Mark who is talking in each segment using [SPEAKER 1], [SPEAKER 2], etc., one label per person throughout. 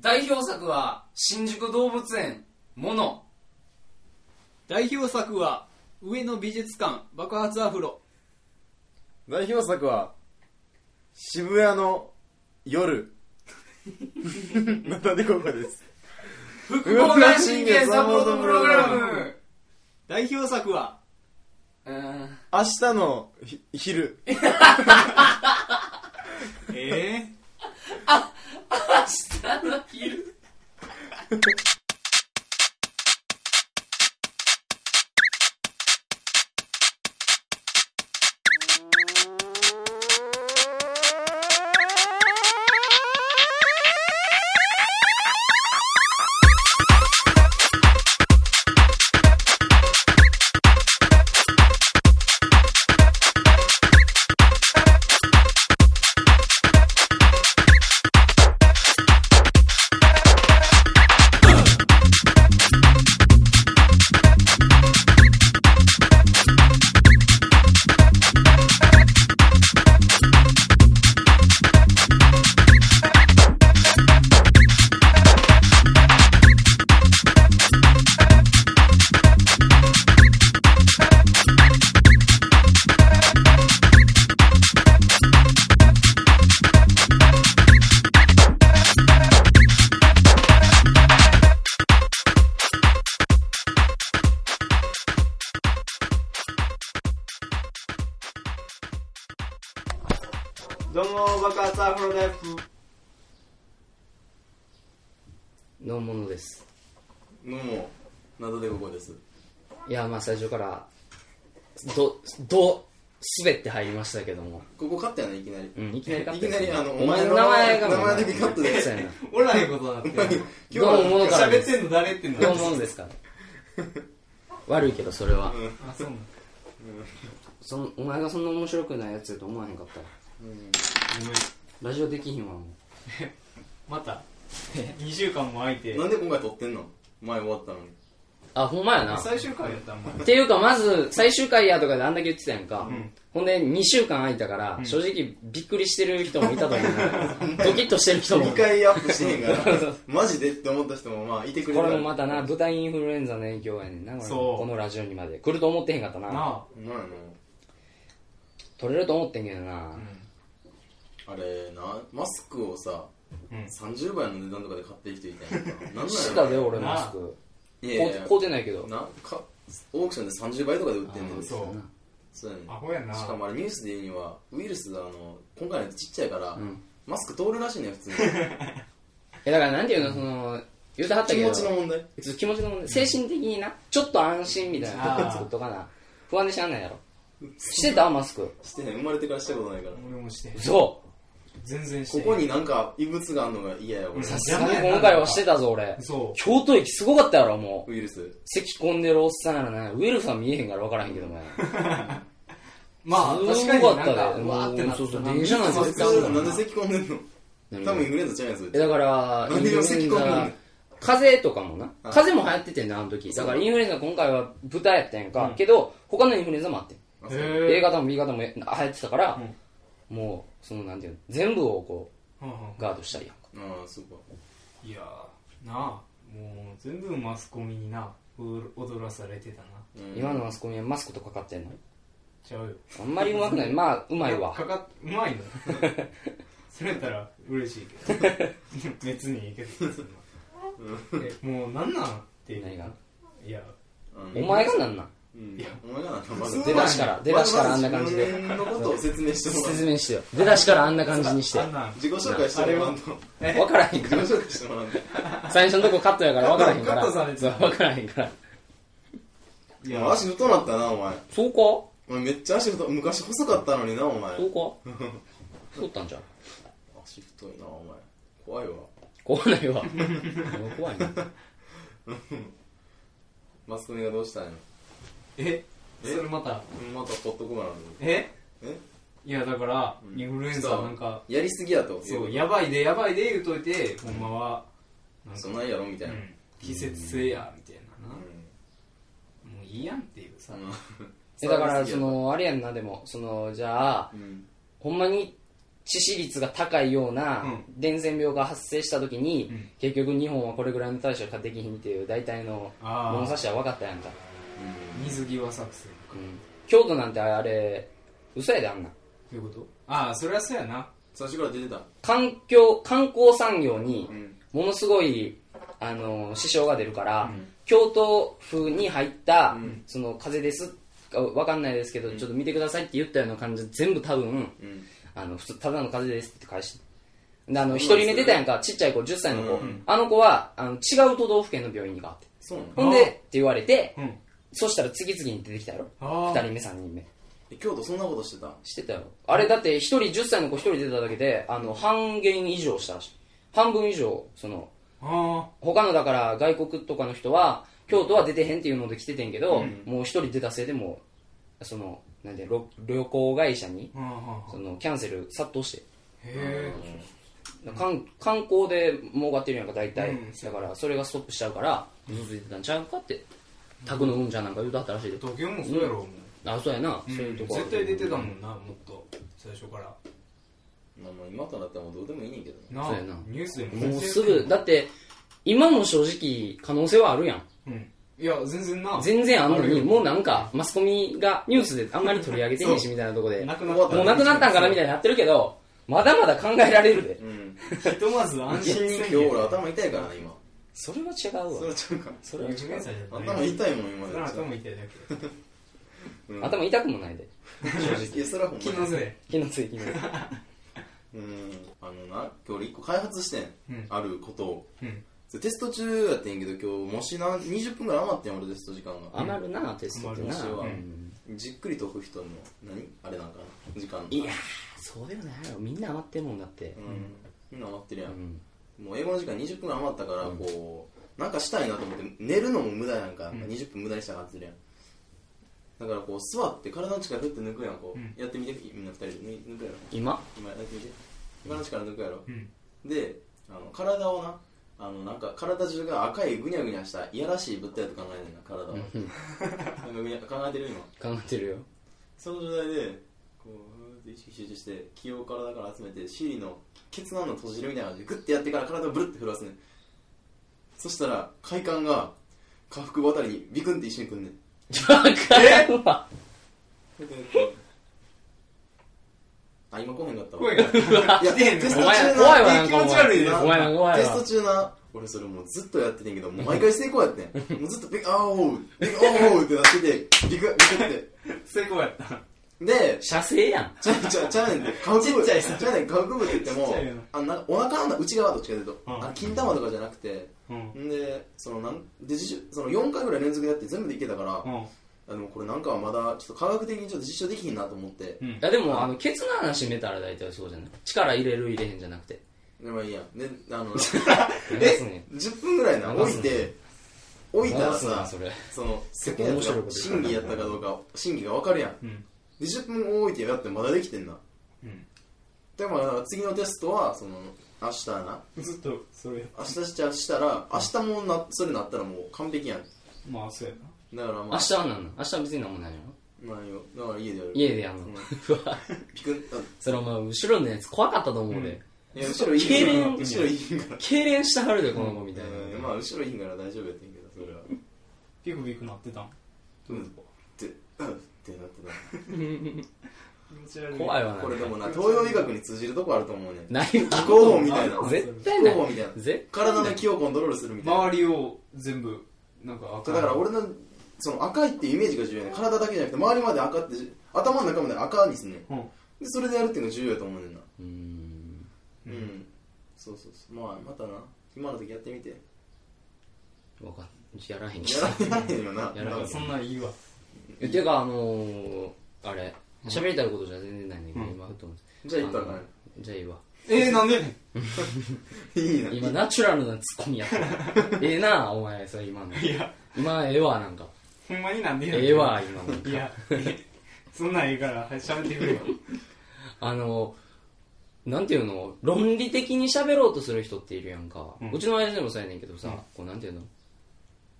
[SPEAKER 1] 代表作は新宿動物園モノ
[SPEAKER 2] 代表作は上野美術館爆発アフロ
[SPEAKER 3] 代表作は渋谷の夜 またでここです
[SPEAKER 1] 副交感神経サポートプログラム
[SPEAKER 2] 代表作は
[SPEAKER 1] うーん
[SPEAKER 3] 明日のひ昼
[SPEAKER 2] ええ
[SPEAKER 1] 明日の昼
[SPEAKER 2] どうも爆発アフロです
[SPEAKER 4] のものです
[SPEAKER 3] のもまたでここです
[SPEAKER 4] いやまあ最初からどど滑って入りましたけども、
[SPEAKER 3] ここカットやないきなり
[SPEAKER 4] うん、いきなり勝
[SPEAKER 3] いきなりあの
[SPEAKER 4] お前の名前がもう
[SPEAKER 3] 名前だけカットで
[SPEAKER 4] そうやな
[SPEAKER 2] おらへんことになってる
[SPEAKER 4] どうもものから
[SPEAKER 2] 喋
[SPEAKER 4] で
[SPEAKER 2] っ
[SPEAKER 4] す
[SPEAKER 2] てんの誰ってんの
[SPEAKER 4] どうものです から悪いけどそれは、
[SPEAKER 2] あそうなの
[SPEAKER 4] そのお前がそんな面白くないやつやと思わへんかったわ
[SPEAKER 2] ごめん
[SPEAKER 4] ラジオできひんわもう
[SPEAKER 2] ま た2週間も空いて
[SPEAKER 3] なんで今回撮ってんの前終わったのに
[SPEAKER 4] あほんまやな
[SPEAKER 2] 最終回やったんお前
[SPEAKER 4] っていうかまず最終回やとかであんだけ言ってたやんか、
[SPEAKER 2] ん
[SPEAKER 4] ほんで2週間空いたから、正直びっくりしてる人もいたと思うドキッとしてる人も
[SPEAKER 3] 2回アップしてへんからマジでって思った人もまあいてくれ
[SPEAKER 4] こ
[SPEAKER 3] る
[SPEAKER 4] れもまたな舞台インフルエンザの影響やねんなこれ
[SPEAKER 2] そう
[SPEAKER 4] このラジオにまで来ると思ってへんかったな
[SPEAKER 2] なあ
[SPEAKER 3] なんや
[SPEAKER 4] 取れると思ってんけどな、
[SPEAKER 3] のあれなマスクをさ
[SPEAKER 2] うん
[SPEAKER 3] 30倍の値段とかで買ってる人いたやんかなんなんやろ
[SPEAKER 4] 知ったで俺マスク
[SPEAKER 3] いやいや
[SPEAKER 4] ここうてないけど
[SPEAKER 3] なかオークションで30倍とかで売ってんねん
[SPEAKER 2] そう
[SPEAKER 3] そうやねん
[SPEAKER 2] アホやな
[SPEAKER 3] しかもあれニュースで言うにはウイルスがあの今回のやつちっちゃいから、
[SPEAKER 4] ん
[SPEAKER 3] マスク通るらしいねん普通に
[SPEAKER 4] えだからなんていうのその言うてはった
[SPEAKER 3] 気
[SPEAKER 4] けど
[SPEAKER 3] 持ちの問題
[SPEAKER 4] 気持ちの問題精神的になちょっと安心みたいなとこ作っとかな不安でしゃあないやろしてたマスク
[SPEAKER 3] してへん生まれてからしたことないから
[SPEAKER 2] 俺もしてへん
[SPEAKER 4] そう
[SPEAKER 2] 全然して
[SPEAKER 3] こ
[SPEAKER 2] へん
[SPEAKER 3] こになんか異物があるのが嫌や俺、
[SPEAKER 4] さすがに今回はしてたぞ俺
[SPEAKER 2] そう
[SPEAKER 4] 京都駅すごかったやろもう
[SPEAKER 3] ウイルス
[SPEAKER 4] 咳込んでるおっさんやらなウェルさん見えへんから分からへんけども
[SPEAKER 2] まあ確
[SPEAKER 4] す
[SPEAKER 2] かに
[SPEAKER 4] ご
[SPEAKER 2] なん
[SPEAKER 4] か
[SPEAKER 2] か
[SPEAKER 4] ったで
[SPEAKER 2] わーってな
[SPEAKER 4] も
[SPEAKER 2] って
[SPEAKER 4] うそう
[SPEAKER 2] た
[SPEAKER 4] そう電車なんて
[SPEAKER 3] マス
[SPEAKER 4] 絶
[SPEAKER 3] ク
[SPEAKER 4] 対
[SPEAKER 3] 通
[SPEAKER 4] 合
[SPEAKER 3] る
[SPEAKER 4] う
[SPEAKER 3] の
[SPEAKER 4] もん
[SPEAKER 3] なんで咳込んでんの多分インフルエンザちゃうやんそれ
[SPEAKER 4] えだから、
[SPEAKER 3] なんで今咳込むの
[SPEAKER 4] インフルエンザ風邪とかもな。
[SPEAKER 3] あ
[SPEAKER 4] 風邪も流行っててんな、あの時。だからインフルエンザ今回は豚やったやんか。けど、他のインフルエンザもあってん。
[SPEAKER 3] あそう
[SPEAKER 2] へ
[SPEAKER 4] A 型も B 型も流行ってたから、もう、そのなんていうの、全部をこ
[SPEAKER 2] うんうん
[SPEAKER 4] う、ガードしたりやんか。
[SPEAKER 3] ああそうか
[SPEAKER 2] いやーなあもう全部マスコミになう踊らされてたな
[SPEAKER 3] うん
[SPEAKER 4] 今のマスコミはマスクとかかってんの
[SPEAKER 2] ちゃうよ
[SPEAKER 4] あんまりうまくない。まあ、うまいわ
[SPEAKER 2] か。かっう まいのそれやったら嬉しいけど 別にいいけどそんなえもうなんなんって
[SPEAKER 4] 何が
[SPEAKER 2] いや
[SPEAKER 3] うん
[SPEAKER 4] お前がなんなん
[SPEAKER 3] うんいやお前がなんかま
[SPEAKER 2] 普
[SPEAKER 3] ず
[SPEAKER 2] 通
[SPEAKER 4] 出
[SPEAKER 2] なん
[SPEAKER 4] だ
[SPEAKER 2] や
[SPEAKER 4] しから、出だしからあんな感じ
[SPEAKER 3] まず
[SPEAKER 4] で。
[SPEAKER 3] 自分のことを説明してもらう
[SPEAKER 4] 説明してよ。出だしからあんな感じにして。
[SPEAKER 2] あんなん
[SPEAKER 3] 自己紹介してもらうと
[SPEAKER 4] わからへんから
[SPEAKER 3] 自己。紹介してもらうと
[SPEAKER 4] 最初のとこカットやからわからへんから。
[SPEAKER 2] カットされて
[SPEAKER 4] そ
[SPEAKER 2] た
[SPEAKER 4] うわからへんから。
[SPEAKER 2] い
[SPEAKER 3] い
[SPEAKER 2] や
[SPEAKER 3] や足太なったなお前
[SPEAKER 4] そうか
[SPEAKER 3] お前めっちゃ足太昔細かったのになお前
[SPEAKER 4] そうか太ったんじゃん
[SPEAKER 3] 足太いなお前怖いわ
[SPEAKER 4] 怖ないわもう怖いな
[SPEAKER 3] マスコミがどうしたんや
[SPEAKER 2] えそ
[SPEAKER 3] え
[SPEAKER 2] れまた
[SPEAKER 3] うんまたほっとこうかなと思って
[SPEAKER 2] え
[SPEAKER 3] え
[SPEAKER 2] いやだから
[SPEAKER 3] うん
[SPEAKER 2] インフルエンザなんか
[SPEAKER 3] やりすぎやと
[SPEAKER 2] そうやばいでやばいで言うといてほんまはなんか
[SPEAKER 3] そんなんやろみた
[SPEAKER 2] う
[SPEAKER 3] いな、
[SPEAKER 2] ん季節性やみたいなな
[SPEAKER 3] うん
[SPEAKER 2] もういいやんっていうさ
[SPEAKER 3] うん
[SPEAKER 4] えだからそのあれやんなでもそのじゃあ
[SPEAKER 3] うん
[SPEAKER 4] ほんまに致死率が高いような
[SPEAKER 2] うん
[SPEAKER 4] 伝染病が発生した時に、
[SPEAKER 2] うん
[SPEAKER 4] 結局日本はこれぐらいの対処ができひんっていう大体の
[SPEAKER 2] あー
[SPEAKER 4] 物差しは分かったやんか、
[SPEAKER 2] 水際作戦か
[SPEAKER 4] うん京都なんてあれ嘘やであんな
[SPEAKER 2] ということああそりゃそうやな
[SPEAKER 3] 最初から出てた。
[SPEAKER 4] 環境観光産業に
[SPEAKER 3] ん
[SPEAKER 4] ものすごい、あの支障が出るから、京都府に入った、その風邪ですかわかんないですけど、ちょっと見てくださいって言ったような感じで全部多分、
[SPEAKER 3] うん。
[SPEAKER 4] あの普通ただの風邪ですって返してであの
[SPEAKER 3] そうなんです
[SPEAKER 4] 一
[SPEAKER 3] よ
[SPEAKER 4] 人目出たやんかちっちゃい子10歳の子、
[SPEAKER 3] うんう
[SPEAKER 4] あの子はあの違う都道府県の病院にがあって
[SPEAKER 3] そうなの
[SPEAKER 2] あ
[SPEAKER 4] ほんでって言われて、
[SPEAKER 2] うん
[SPEAKER 4] そしたら次々に出てきたやろ
[SPEAKER 2] あ
[SPEAKER 4] 2
[SPEAKER 2] あ
[SPEAKER 4] 人目3人目
[SPEAKER 3] え京都そんなことしてたん
[SPEAKER 4] してたよあれだって1人10歳の子1人出ただけであの半減以上したらしい半分以上その
[SPEAKER 2] あ
[SPEAKER 4] 他のだから外国とかの人は京都は出てへんっていうので来ててんけど、もう一人出たせいでもうそのなんでろ旅行会社に
[SPEAKER 2] ああ
[SPEAKER 4] そのキャンセル殺到して
[SPEAKER 2] へ
[SPEAKER 4] 観観光で儲かってるやんか大体、
[SPEAKER 2] うん
[SPEAKER 4] だからそれがストップしちゃうから嘘ついてたんちゃうかって宅のうんじゃんなんか言うとあったらしいで
[SPEAKER 2] え東京もそうやろも
[SPEAKER 4] あそうやな、
[SPEAKER 2] う
[SPEAKER 4] そういうとこ
[SPEAKER 2] 絶対出てたもんなもっと最初から
[SPEAKER 3] まあまあ今となったらもうどうでもいいねんけどな。
[SPEAKER 2] なあ
[SPEAKER 4] そうやな
[SPEAKER 2] ニュースでも
[SPEAKER 4] もうすぐだって今も正直可能性はあるやん
[SPEAKER 2] うんいや全然な
[SPEAKER 4] 全然あんの
[SPEAKER 2] る
[SPEAKER 4] に
[SPEAKER 2] よ
[SPEAKER 4] もうなんかマスコミがニュースであんまり取り上げてへんしみたいなとこで
[SPEAKER 2] なくなった
[SPEAKER 4] もうなくなったんかなみたいになってるけど、まだまだ考えられるで。
[SPEAKER 3] うん。
[SPEAKER 2] ひとまず安
[SPEAKER 3] 一
[SPEAKER 2] 心
[SPEAKER 3] 日
[SPEAKER 2] 宣
[SPEAKER 3] 今日
[SPEAKER 2] 言
[SPEAKER 3] 俺頭痛いからな、今。
[SPEAKER 4] それは違う
[SPEAKER 3] それ
[SPEAKER 4] わ。
[SPEAKER 3] はちゃうか。
[SPEAKER 4] それは違
[SPEAKER 2] 有名罪じゃない
[SPEAKER 3] 頭痛いもん、今
[SPEAKER 2] それは頭痛いだけ
[SPEAKER 3] うん
[SPEAKER 4] う。頭痛くもないで。
[SPEAKER 3] いや、それはほんま
[SPEAKER 2] 気の
[SPEAKER 3] に。
[SPEAKER 2] せ
[SPEAKER 4] 気のつい気のつい。
[SPEAKER 3] うん。あのな、今日俺一個開発してん。
[SPEAKER 2] うん
[SPEAKER 3] あることを。
[SPEAKER 2] いうん
[SPEAKER 3] それテスト中やってんけど、今日、もしな、20分ぐらい余ってん、俺テスト時間が。
[SPEAKER 4] 余るな、テストってな。
[SPEAKER 3] 余るし
[SPEAKER 4] う
[SPEAKER 3] は
[SPEAKER 4] ん
[SPEAKER 3] じっくり解く人の、何あれなんかな、時間の。
[SPEAKER 4] いやー、そうでもないやろ。みんな余ってるもんだって
[SPEAKER 3] う。ん。みんな余ってるや。
[SPEAKER 4] うんん。
[SPEAKER 3] もう英語の時間20分余ったから、こう、なんかしたいなと思って、寝るのも無駄やんか。
[SPEAKER 2] うん
[SPEAKER 3] 20分無駄にしたらってるやん。だからこう、座って体の力ふって抜くやん、こう。
[SPEAKER 2] うん
[SPEAKER 3] やってみて、みんな二人で抜い抜くやろ。
[SPEAKER 4] 今
[SPEAKER 3] 今やってみて。体の力抜くやろ。
[SPEAKER 2] うん
[SPEAKER 3] であの体をなあのなんか体中が赤いぐにゃぐにゃしたいやらしい物体だと考えてるな体を
[SPEAKER 4] う
[SPEAKER 3] なん
[SPEAKER 4] ん
[SPEAKER 3] かぐにゃ考えてる今
[SPEAKER 4] 考えてるよ。
[SPEAKER 3] その状態でこうふーって意識集中して気を体から集めてシリのケツの穴を閉じるみたいな感じでグッてやってから体をブルッて振らすねんそしたら快感が下腹部あたりにビクンって一緒にくんねん
[SPEAKER 4] わからんわ。
[SPEAKER 3] あ今来へんかった わ
[SPEAKER 2] 声が
[SPEAKER 3] いや、
[SPEAKER 2] 来てへん
[SPEAKER 3] テ
[SPEAKER 2] ね
[SPEAKER 3] ス
[SPEAKER 4] お
[SPEAKER 3] ト
[SPEAKER 4] 前
[SPEAKER 3] 中な
[SPEAKER 4] 怖いわ、なんかお前。
[SPEAKER 2] 気持ち悪いです
[SPEAKER 4] お前なんか怖い
[SPEAKER 3] テスト
[SPEAKER 4] わ。
[SPEAKER 3] 中な俺それもうずっとやっててんけどもう毎回成功やって んもうずっとビクあーおうビクあーおうってなっててビクビクって
[SPEAKER 2] 成功やった
[SPEAKER 3] で
[SPEAKER 4] 射精やん。
[SPEAKER 3] ちゃちゃちゃうねんで下腹部
[SPEAKER 2] ちっちゃいさ
[SPEAKER 3] ちゃうねん下腹部って言って
[SPEAKER 2] ちっ
[SPEAKER 3] も
[SPEAKER 2] ちゃいよな
[SPEAKER 3] あなお腹の内側どっちかというと、
[SPEAKER 2] うん
[SPEAKER 3] あ金玉とかじゃなくて
[SPEAKER 2] うん
[SPEAKER 3] んでそのなんで自主その4回ぐらい連続でやって全部でいけたから、あ
[SPEAKER 2] うん
[SPEAKER 3] でもこれなんかはまだちょっと科学的にちょっと実証できひんなと思って、
[SPEAKER 2] うん
[SPEAKER 4] いやでも、あの、ケツの穴閉めたら大体そうじゃない力入れる入れへんじゃなくて。
[SPEAKER 3] でもいいやであ の
[SPEAKER 4] 流すね
[SPEAKER 3] え10分ぐらいな置いて置いたら
[SPEAKER 4] 流すな
[SPEAKER 3] さ
[SPEAKER 4] それ。
[SPEAKER 3] その世間やつが審議やったかどうか審議が分かるや
[SPEAKER 2] う
[SPEAKER 3] ん
[SPEAKER 2] ん
[SPEAKER 3] 20分多いってやってまだできてんな
[SPEAKER 2] うん
[SPEAKER 3] でもだから次のテストはその明日な
[SPEAKER 2] ずっとそれ
[SPEAKER 3] 明日したしたら明日もなそれなったらもう完璧やん
[SPEAKER 2] まあそうや
[SPEAKER 3] だからま
[SPEAKER 4] 明
[SPEAKER 3] あ
[SPEAKER 4] 日は何なの明日は別に何もないの
[SPEAKER 3] なんよだから家でやる
[SPEAKER 4] 家でやんの。うわ。
[SPEAKER 3] ピク ンあ
[SPEAKER 4] それお前後ろのやつ怖かったと思うで、
[SPEAKER 3] いや後ろいい
[SPEAKER 4] 敬
[SPEAKER 3] ん
[SPEAKER 4] 礼
[SPEAKER 3] 後ろいいんから
[SPEAKER 4] 痙攣したはるでこの子みたいな、
[SPEAKER 3] うんまあ後ろいいんから大丈夫やってんけどそれは
[SPEAKER 2] なピクピクなってたん
[SPEAKER 3] うんってうんってなってた
[SPEAKER 2] 気持ち悪
[SPEAKER 4] 怖いわな
[SPEAKER 3] これでもな東洋医学に通じるとこあると思うねん
[SPEAKER 4] ないわ
[SPEAKER 3] 気候法みたいな
[SPEAKER 4] 絶対
[SPEAKER 3] 気
[SPEAKER 4] な
[SPEAKER 3] 候法
[SPEAKER 4] い
[SPEAKER 3] みたい な
[SPEAKER 4] 絶対
[SPEAKER 3] 体の気をコントロールするみたいな
[SPEAKER 2] 周りを全部なんか赤
[SPEAKER 3] だ
[SPEAKER 2] い
[SPEAKER 3] から俺のその赤いっていうイメージが重要やね体だけじゃなくて周りまで赤ってじ頭の中まで赤にすんねん
[SPEAKER 2] うん
[SPEAKER 3] でそれでやるっていうのが重要やと思うねんな
[SPEAKER 4] うーん
[SPEAKER 3] うん、そうそうそうまあまたな今の時やってみてや
[SPEAKER 4] わかんやらへんけ
[SPEAKER 3] らやらへんよな
[SPEAKER 4] や
[SPEAKER 2] な
[SPEAKER 4] ら
[SPEAKER 2] ん
[SPEAKER 4] へ
[SPEAKER 2] かそんなんいいわ
[SPEAKER 4] どてかあのー、あれ喋りたいことじゃ全然ないねんけど、今ふと思って
[SPEAKER 3] じゃあ言ったらあかんよ
[SPEAKER 4] のじゃあいいわ
[SPEAKER 2] えー、なんで
[SPEAKER 3] いいな
[SPEAKER 4] 今ナチュラルなツッコミやったええなお前それ今の
[SPEAKER 2] いや
[SPEAKER 4] 今ええわなんか
[SPEAKER 2] ほんまになんでやねん
[SPEAKER 4] ええわ今の
[SPEAKER 2] いやえそんなんいいから はい喋ってくれよ
[SPEAKER 4] あのなんていうの論理的に喋ろうとする人っているやんか、
[SPEAKER 2] う
[SPEAKER 4] うんちの親父でもそうやねんけどさ、
[SPEAKER 2] うん
[SPEAKER 4] こうなんていうの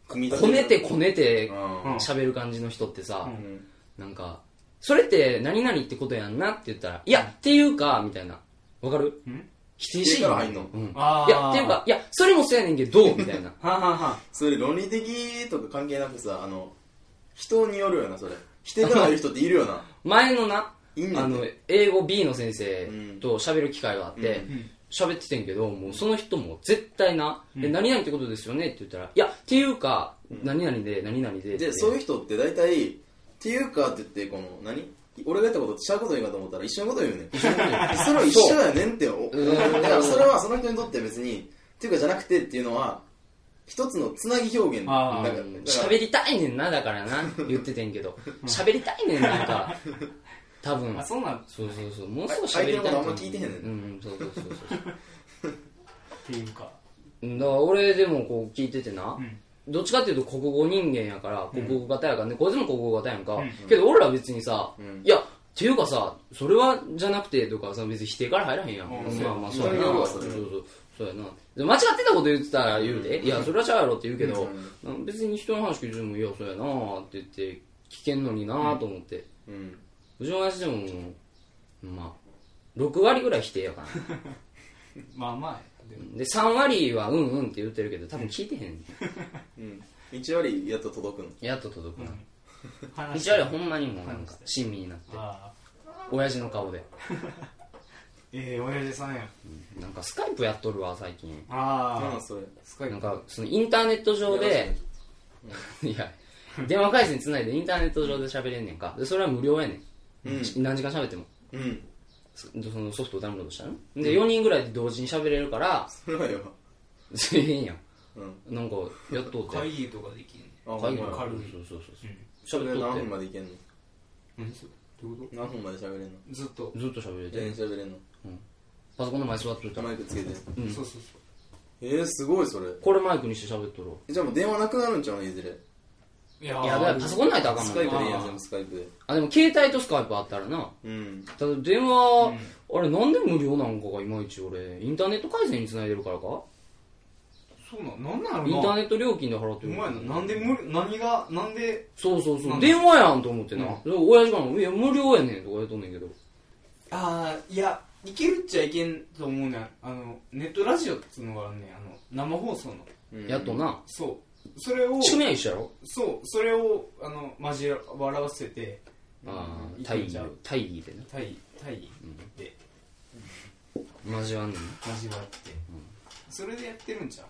[SPEAKER 3] 組み立
[SPEAKER 4] こねてこねて
[SPEAKER 3] うん
[SPEAKER 4] 喋る感じの人ってさ、
[SPEAKER 2] う
[SPEAKER 4] なんか、それって何々ってことやんなって言ったら、いや、っていうか、みたいな。わかる
[SPEAKER 2] ん
[SPEAKER 4] 否定しい
[SPEAKER 3] から入んの
[SPEAKER 4] うん、
[SPEAKER 2] あ
[SPEAKER 4] い
[SPEAKER 2] ー
[SPEAKER 4] やっていうかいやそれもそうやねんけどどうみた いな
[SPEAKER 2] はんはんはん
[SPEAKER 3] それ論理的とか関係なくさあの人によるよなそれ否定から入る人っているよな
[SPEAKER 4] 前のない
[SPEAKER 3] いんだ
[SPEAKER 4] あ
[SPEAKER 3] よね
[SPEAKER 4] の英語 B の先生と喋る機会があって
[SPEAKER 2] ん
[SPEAKER 4] 喋、っててんけどもうその人も絶対な「え何々ってことですよね」って言ったら「いやっていうか、何々で何々で」って
[SPEAKER 3] でそういう人って大体っていうかって言ってこの何俺が言ったことちゃうこと言うかと思ったら一緒のこと言うね んそれは一緒やねんっておだからそれはその人にとって別にっていうかじゃなくてっていうのは一つのつなぎ表現
[SPEAKER 2] あー
[SPEAKER 3] なんか
[SPEAKER 4] うん
[SPEAKER 3] だから
[SPEAKER 4] 喋りたいねんなだからな言っててんけど喋りたいねんなんか多分
[SPEAKER 2] あそうなんっ
[SPEAKER 4] そうそうそうもうすぐ喋りたい
[SPEAKER 3] 相手のことあんま聞いてへんねん
[SPEAKER 4] うんうんそうそうそうそう
[SPEAKER 2] ていうか
[SPEAKER 4] だから俺でもこう聞いててな、
[SPEAKER 2] ん
[SPEAKER 4] どっちかっていうと国語人間やから国語型やからね、これでも国語型やんか、
[SPEAKER 2] うん
[SPEAKER 4] けど俺ら別にさ、
[SPEAKER 3] ん
[SPEAKER 4] いやっていうかさそれはじゃなくてとかさ別に否定から入らへんやん、
[SPEAKER 2] うん
[SPEAKER 4] まあまあ
[SPEAKER 3] そ
[SPEAKER 4] そううやな
[SPEAKER 3] そう
[SPEAKER 4] そうそうそうそうやなで間違ってたこと言ってたら言うで、いやそれはちゃうやろって言うけど、別に人の話聞いててもいやそうやなって言って聞けんのになと思って、
[SPEAKER 3] うん
[SPEAKER 4] うちの話でもまあ6割ぐらい否定やからな
[SPEAKER 2] まあまあでも
[SPEAKER 4] で3割はうんうんって言ってるけど多分聞いてへん、
[SPEAKER 3] うん1割やっと届くの
[SPEAKER 4] やっと届くな、
[SPEAKER 2] 話
[SPEAKER 4] 一割はほんまにもうなんか親身になって
[SPEAKER 2] ああ
[SPEAKER 4] 親父の顔で
[SPEAKER 2] ええ親父さんや
[SPEAKER 4] なんかスカイプやっとるわ最近
[SPEAKER 2] あ
[SPEAKER 3] あ
[SPEAKER 2] あ
[SPEAKER 3] あそれ
[SPEAKER 2] すごい
[SPEAKER 4] なんかそのインターネット上
[SPEAKER 3] や
[SPEAKER 4] でいや電話回線つないでインターネット上で喋れんねんかでそれは無料やねん、
[SPEAKER 3] うん
[SPEAKER 4] 何時間喋っても
[SPEAKER 3] うん
[SPEAKER 4] そそのソフトをダウンロードしたので4人ぐらいで同時に喋れるから
[SPEAKER 3] それはよ
[SPEAKER 4] 全員やん
[SPEAKER 3] うん
[SPEAKER 4] なんかやっとって
[SPEAKER 2] 会議とかできんね
[SPEAKER 3] あ
[SPEAKER 4] 会議
[SPEAKER 3] ほんまや
[SPEAKER 2] 軽い
[SPEAKER 4] そうそうそう
[SPEAKER 3] それ
[SPEAKER 4] 喋っ
[SPEAKER 3] で
[SPEAKER 4] と
[SPEAKER 3] 何
[SPEAKER 4] っ
[SPEAKER 3] 分までいけんの
[SPEAKER 2] 何それどういうこ
[SPEAKER 3] 何分まで喋れんの
[SPEAKER 2] とずっと
[SPEAKER 4] てずっと喋れ
[SPEAKER 3] 全
[SPEAKER 4] て
[SPEAKER 3] 員喋れんの
[SPEAKER 4] パソコンの前座っといたら
[SPEAKER 3] マイクつけて
[SPEAKER 4] うん
[SPEAKER 2] そうそうそう
[SPEAKER 3] えー、すごいそれ
[SPEAKER 4] これマイクにして喋っとろ
[SPEAKER 3] じゃあもう電話なくなるんちゃうのいずれ
[SPEAKER 2] いや
[SPEAKER 4] ういやだからパソコンないとあかんも
[SPEAKER 3] ス
[SPEAKER 4] ん
[SPEAKER 3] カ
[SPEAKER 4] な
[SPEAKER 3] イプでいいやん全部スカイプで
[SPEAKER 4] あでも携帯とスカイプあったらな
[SPEAKER 3] うん
[SPEAKER 4] ただ電話、あれなんで無料なんかがいまいち俺インターネット回線につないでるからか
[SPEAKER 2] そうなんなんな
[SPEAKER 4] イン
[SPEAKER 2] の
[SPEAKER 4] ター
[SPEAKER 2] な
[SPEAKER 4] ネット料金で払って
[SPEAKER 2] お
[SPEAKER 4] る
[SPEAKER 2] 前ななんで無理何がなんで
[SPEAKER 4] そうそうそ
[SPEAKER 2] な
[SPEAKER 4] うん電話やんと思ってな、で親父が「いや無料やねん」とか言っとんねんけど
[SPEAKER 2] ああいやいけるっちゃいけんと思うねんあのネットラジオっつうのがあるねんあの生放送の
[SPEAKER 3] うん
[SPEAKER 4] やっとな
[SPEAKER 2] そうそれを
[SPEAKER 4] 仕組みは一緒やろ
[SPEAKER 2] そうそれをあの交わらせて
[SPEAKER 4] あ
[SPEAKER 2] うん
[SPEAKER 4] あ大義
[SPEAKER 2] いけんちゃう
[SPEAKER 4] 大義でな
[SPEAKER 2] 対対で
[SPEAKER 4] 交わんねん
[SPEAKER 2] 交わって、それでやってるんじゃん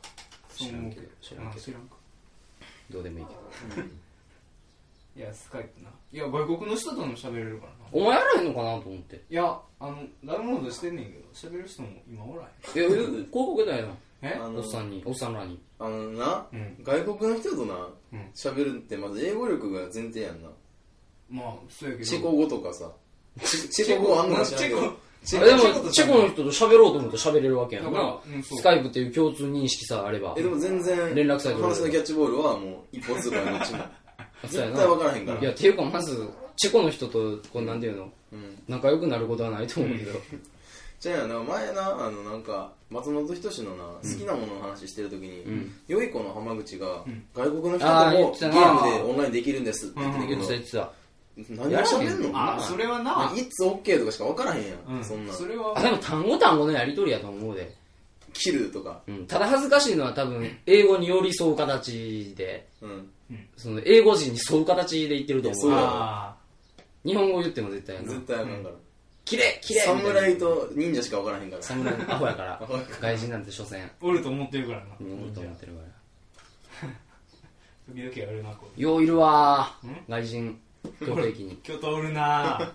[SPEAKER 2] そう思うけど
[SPEAKER 4] 知らんけど知らんけど
[SPEAKER 2] あ知らんか
[SPEAKER 4] どうでもいいけど
[SPEAKER 2] いやスカイプないや外国の人とも喋れるからな
[SPEAKER 4] お前やらへんのかなと思って
[SPEAKER 2] いやあのダウンロードしてんねんけど喋る人も今お
[SPEAKER 4] い
[SPEAKER 2] ら
[SPEAKER 4] や広告だよ
[SPEAKER 2] へんえ
[SPEAKER 3] あ
[SPEAKER 4] な
[SPEAKER 3] の
[SPEAKER 4] おっさんにおっさんらに
[SPEAKER 3] あのな、
[SPEAKER 2] うん
[SPEAKER 3] 外国の人とな
[SPEAKER 2] うん
[SPEAKER 3] 喋るってまず英語力が前提やんな
[SPEAKER 2] まあそうやけど
[SPEAKER 3] チェコ語とかさチチェコ語あんのか知らんけど
[SPEAKER 4] で
[SPEAKER 3] チェコ
[SPEAKER 4] もチェコの人と喋ろうと思ったら喋れるわけやん
[SPEAKER 2] だ
[SPEAKER 4] な
[SPEAKER 2] からうんそう
[SPEAKER 4] スカイプっていう共通認識さえあれば
[SPEAKER 3] えでも全然
[SPEAKER 4] 連絡先取れる
[SPEAKER 3] 話のキャッチボールはもう一歩通過のうちも
[SPEAKER 4] そうや
[SPEAKER 3] 絶
[SPEAKER 4] な
[SPEAKER 3] 対分からへんから
[SPEAKER 4] いや、っていうか、まず、チェコの人と、こう、なんていうの、
[SPEAKER 3] うん
[SPEAKER 4] 仲良くなることはないと思うけど。
[SPEAKER 3] じゃあな前なあのなんか松本人志のな好きなものの話してる時に、良い子の浜口が、外国の人
[SPEAKER 4] あー
[SPEAKER 3] と
[SPEAKER 4] 言
[SPEAKER 3] も
[SPEAKER 4] って
[SPEAKER 3] ゲ
[SPEAKER 4] たな
[SPEAKER 3] ームでオンラインできるんですって言ってたけ
[SPEAKER 4] 言
[SPEAKER 3] ど
[SPEAKER 4] ってた、言ってた。
[SPEAKER 3] 何を喋んの
[SPEAKER 2] あそれはな、
[SPEAKER 3] いつ OK とかしか分からへんやん、
[SPEAKER 2] うん、
[SPEAKER 3] そんなん
[SPEAKER 2] それは
[SPEAKER 4] あ、でも単語単語のやりとりやと思うで。
[SPEAKER 3] 切るとか
[SPEAKER 4] うん。ただ恥ずかしいのは多分、英語に寄り添う形で、
[SPEAKER 3] うん
[SPEAKER 4] その、英語人に沿う形で言ってると
[SPEAKER 3] い
[SPEAKER 4] 思う。
[SPEAKER 3] やそう
[SPEAKER 2] あ
[SPEAKER 4] 日本語言っても絶対やな
[SPEAKER 3] 絶。対あかんから、
[SPEAKER 4] きれいきれいみたいな
[SPEAKER 3] 侍と忍者しか分からへんから
[SPEAKER 4] 侍のアホやから
[SPEAKER 3] ホやか。
[SPEAKER 4] 外人なんて所詮、
[SPEAKER 2] ーおると思ってるからな、
[SPEAKER 4] 日本語と思っ
[SPEAKER 2] じゃ
[SPEAKER 4] てるから。
[SPEAKER 2] あ時々やるなこれ
[SPEAKER 4] よういるわー外 人、東京駅に。
[SPEAKER 2] 京都おるな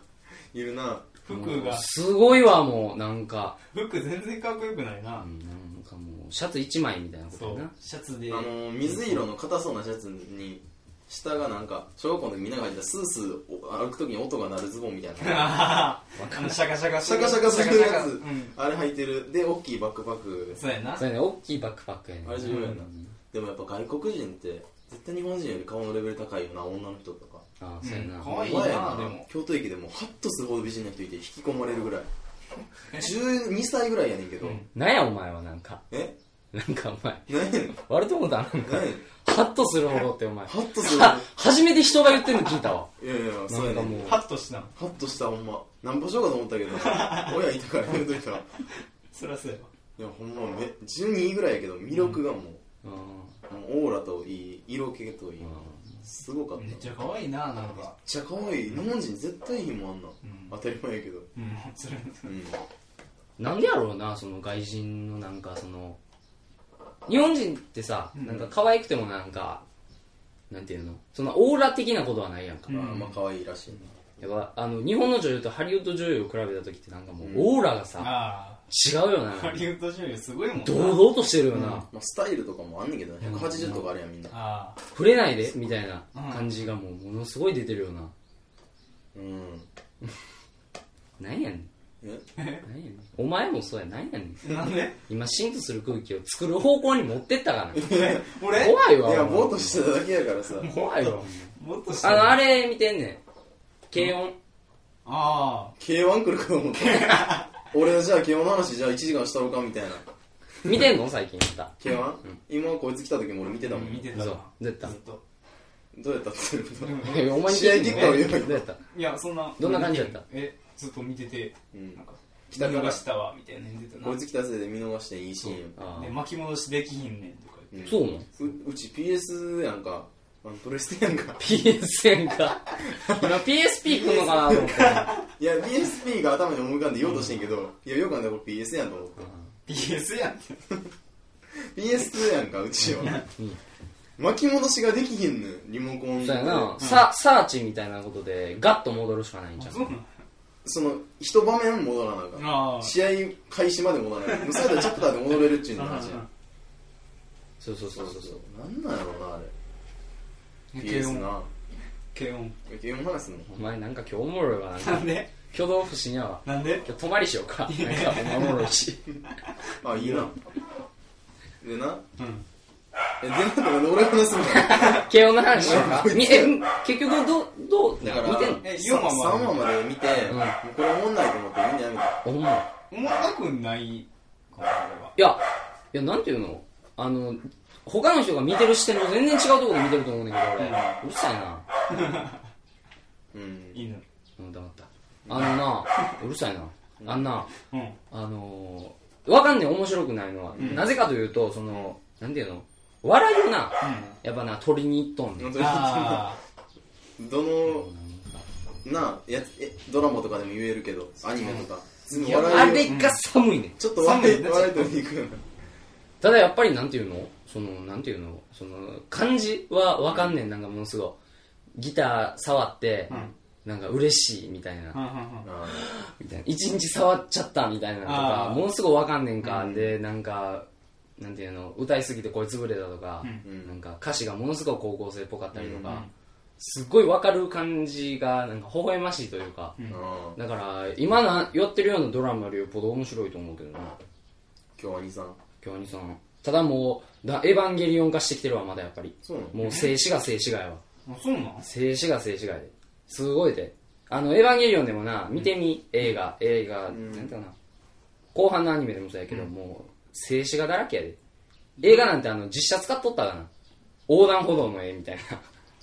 [SPEAKER 2] い
[SPEAKER 3] るな
[SPEAKER 2] 服が
[SPEAKER 4] すごいわ、もう、なんか。
[SPEAKER 2] 服全然かっこよくないな、
[SPEAKER 4] うんなんかもう、シャツ一枚みたいなこと
[SPEAKER 2] そ
[SPEAKER 4] や
[SPEAKER 2] う
[SPEAKER 4] な。
[SPEAKER 2] シャツで
[SPEAKER 3] あの水色の硬そうなシャツに下がなんか小学校の時みんなが履いてたスースー歩く時に音が鳴るズボンみたい な
[SPEAKER 2] あのシャカシャカ
[SPEAKER 3] シャカシャカするやつ、
[SPEAKER 2] うん
[SPEAKER 3] あれ履いてるで大きいバックパック
[SPEAKER 2] そうやな
[SPEAKER 4] そうやね、大きいバックパックやね。
[SPEAKER 3] あれ重要やな、でもやっぱ外国人って絶対日本人より顔のレベル高いよな女の人とか
[SPEAKER 4] ああ、そうやな。
[SPEAKER 2] うん可愛い
[SPEAKER 3] 前
[SPEAKER 2] な
[SPEAKER 3] な
[SPEAKER 2] でも
[SPEAKER 3] 京都駅でもハッとするほど美人な人いて引き込まれるぐらい12歳ぐらいやねんけど、
[SPEAKER 2] うん
[SPEAKER 4] なんやお前はなんか。
[SPEAKER 3] え
[SPEAKER 4] なんかお前、
[SPEAKER 3] 何やねん
[SPEAKER 4] 悪と思ったな。なんか
[SPEAKER 3] 何やねん
[SPEAKER 4] ハハッとするほどってお前
[SPEAKER 3] ハッ とする
[SPEAKER 4] は初めて人が言ってんの聞いたわ
[SPEAKER 3] いやいやそうや
[SPEAKER 4] なんか
[SPEAKER 3] ね
[SPEAKER 4] もう
[SPEAKER 2] ハッとしたの
[SPEAKER 3] ハッとしたほんま何歩しようかと思ったけど親いたからやめといたい
[SPEAKER 2] そりゃそうやわ
[SPEAKER 3] やほんまめ12位ぐらいやけど魅力がも
[SPEAKER 4] うん
[SPEAKER 3] う,、もうオーラといい色気といい、すごかった
[SPEAKER 2] め
[SPEAKER 3] め
[SPEAKER 2] っ
[SPEAKER 3] っ
[SPEAKER 2] ちゃ可愛いななんか
[SPEAKER 3] ちゃ可愛い日本人絶対いいもんあんな、
[SPEAKER 2] ん
[SPEAKER 3] 当たり前やけど
[SPEAKER 2] うんそれ
[SPEAKER 3] うん
[SPEAKER 4] なんでやろうなその外人のなんかその日本人ってさなんか可愛くてもなんかなんていうのそのオーラ的なことはないやんか、
[SPEAKER 2] うん
[SPEAKER 3] まあまあ可愛いらしい
[SPEAKER 4] やっぱあの日本の女優とハリウッド女優を比べた時ってなんかもうオーラがさ、
[SPEAKER 2] あ
[SPEAKER 4] 違うよな
[SPEAKER 2] あハリウッド女優すごいもんな
[SPEAKER 4] 堂々としてるよな、
[SPEAKER 3] まあ、スタイルとかもあんねんけどね180とかあるやんみんな
[SPEAKER 2] ああ
[SPEAKER 4] 触れないでみたいな感じがもうものすごい出てるよな、
[SPEAKER 3] うん
[SPEAKER 4] なんやねん
[SPEAKER 3] え
[SPEAKER 4] なんやねんお前もそうやなんやねん
[SPEAKER 2] なんで
[SPEAKER 4] 今シンとする空気を作る方向に持ってったから
[SPEAKER 2] 俺
[SPEAKER 4] 怖いわ
[SPEAKER 3] いや
[SPEAKER 4] お前
[SPEAKER 3] ぼーっとしてただけやか らさ
[SPEAKER 4] 怖いわ
[SPEAKER 2] もっとし
[SPEAKER 4] あ
[SPEAKER 2] た
[SPEAKER 4] のあ
[SPEAKER 2] あ
[SPEAKER 4] れ見てんねん軽音
[SPEAKER 2] あ
[SPEAKER 3] K1 来るかと 思った俺じゃあ K1 の話じゃあ1時間したろかみたいな
[SPEAKER 4] 見てんの最近やった
[SPEAKER 3] K1、今こいつ来た時も俺見てたもん、
[SPEAKER 2] 見てた
[SPEAKER 4] 嘘
[SPEAKER 2] わ
[SPEAKER 4] どうやった
[SPEAKER 2] ずっと
[SPEAKER 3] どうやったっていうこと、
[SPEAKER 2] うん
[SPEAKER 4] えお 前に
[SPEAKER 3] 試合
[SPEAKER 4] 聞いてん
[SPEAKER 3] 結果を
[SPEAKER 4] の
[SPEAKER 3] 言うよ
[SPEAKER 4] どうやった
[SPEAKER 2] いやそんな
[SPEAKER 4] どんな感じだった
[SPEAKER 2] えずっと見てて
[SPEAKER 3] うん
[SPEAKER 2] なんか
[SPEAKER 3] 来たから
[SPEAKER 2] 見逃したわみたいな言ってたな
[SPEAKER 3] こいつ来たせいで見逃していいシーン
[SPEAKER 4] あ
[SPEAKER 2] で
[SPEAKER 4] ー
[SPEAKER 2] 巻き戻しできひんねんとか言って
[SPEAKER 4] そうなの
[SPEAKER 3] ううち PS やんかあのプレステやんか
[SPEAKER 4] PSN か今 PSP 来んのかなと思って
[SPEAKER 3] いや PSP が頭に思い浮かんで言おうとしてんけど、いやよくあんないこれ PS やんと思って、
[SPEAKER 2] PS やん
[SPEAKER 3] PS2 やんかうちは
[SPEAKER 4] うん
[SPEAKER 3] 巻き戻しができひんねんリモコン
[SPEAKER 4] そうやな、
[SPEAKER 3] で
[SPEAKER 4] さサーチみたいなことでガッと戻るしかないんじゃん
[SPEAKER 2] そうなん
[SPEAKER 3] その一場面戻らなあかん
[SPEAKER 2] ああ
[SPEAKER 3] 試合開始まで戻らないもうそれだったらチャプターで戻れるっちゅうの話やん
[SPEAKER 4] そうそうそうそうそう
[SPEAKER 3] なんなんやろうなあれ PS
[SPEAKER 2] 軽音
[SPEAKER 3] な
[SPEAKER 2] 軽音
[SPEAKER 3] えゲーム話すんの
[SPEAKER 4] お前なんか今日おもろいわなん
[SPEAKER 2] な
[SPEAKER 4] か
[SPEAKER 2] んで
[SPEAKER 4] 挙動不審やわ
[SPEAKER 2] なんで
[SPEAKER 4] 今日泊まりしようかなんかお前おもろいし
[SPEAKER 3] あいいなでな
[SPEAKER 2] うん
[SPEAKER 3] えでなとか俺話すんの
[SPEAKER 4] 慶応の話しようか
[SPEAKER 3] こいつ
[SPEAKER 4] みえ結局どうどう
[SPEAKER 3] だから
[SPEAKER 4] 見てんの
[SPEAKER 2] え4
[SPEAKER 3] さ
[SPEAKER 2] 話まで
[SPEAKER 3] 3話まで見て、
[SPEAKER 4] うん
[SPEAKER 3] もうこれおもんないと思ってみんなやめた
[SPEAKER 4] おもろい
[SPEAKER 2] おもろくないかな俺はい
[SPEAKER 4] やいやなんていうのあの他の人が見てる視点と全然違うところで見てると思うねんだけど俺うるさいな
[SPEAKER 3] うん
[SPEAKER 2] 犬
[SPEAKER 4] うん黙ったあのなうるさいなあんな
[SPEAKER 2] うん
[SPEAKER 4] あのー、わかんねえ面白くないのは、なぜかというとそのなんていうの笑いをな、やっぱな取りに行っとんねん
[SPEAKER 3] 本当
[SPEAKER 2] あ
[SPEAKER 3] にどのなやつえドラマとかでも言えるけどアニメとか全部
[SPEAKER 4] あ
[SPEAKER 3] 笑い
[SPEAKER 4] れ
[SPEAKER 3] を
[SPEAKER 4] が寒いねん
[SPEAKER 3] ちょっと笑
[SPEAKER 2] 寒い
[SPEAKER 3] い
[SPEAKER 2] ね
[SPEAKER 3] 笑い取りに行くような
[SPEAKER 4] ただやっぱりなんていうのそのなんていうのその漢字はわかんねんなんかものすごいギター触って、なんか嬉しいみたいな、
[SPEAKER 2] あうんうんうん
[SPEAKER 3] あ
[SPEAKER 4] みたいな一日触っちゃったみたいなのと
[SPEAKER 2] あ
[SPEAKER 4] か
[SPEAKER 2] ー
[SPEAKER 4] ものすごいわかんねんか、でなんかなんていうの歌いすぎて声潰れたとか、
[SPEAKER 3] ん
[SPEAKER 4] なんか歌詞がものすごい高校生っぽかったりとか、すっごいわかる感じがなんか微笑ましいというか、
[SPEAKER 3] ーあー
[SPEAKER 4] だから今なやってるようなドラマよりよっぽど面白いと思うけどな
[SPEAKER 3] 今日兄さん
[SPEAKER 4] 京アニさんただもうだエヴァンゲリオン化してきてるわまだやっぱり
[SPEAKER 3] そうなの
[SPEAKER 4] もう静止画静止画やわ
[SPEAKER 2] あそうなん
[SPEAKER 4] 静止画静止画やですごいであのエヴァンゲリオンでもな見てみ、映画映画、なんていうかな後半のアニメでもそうやけど、もう静止画だらけやで映画なんてあの実写使っとったかな横断歩道の絵みたいな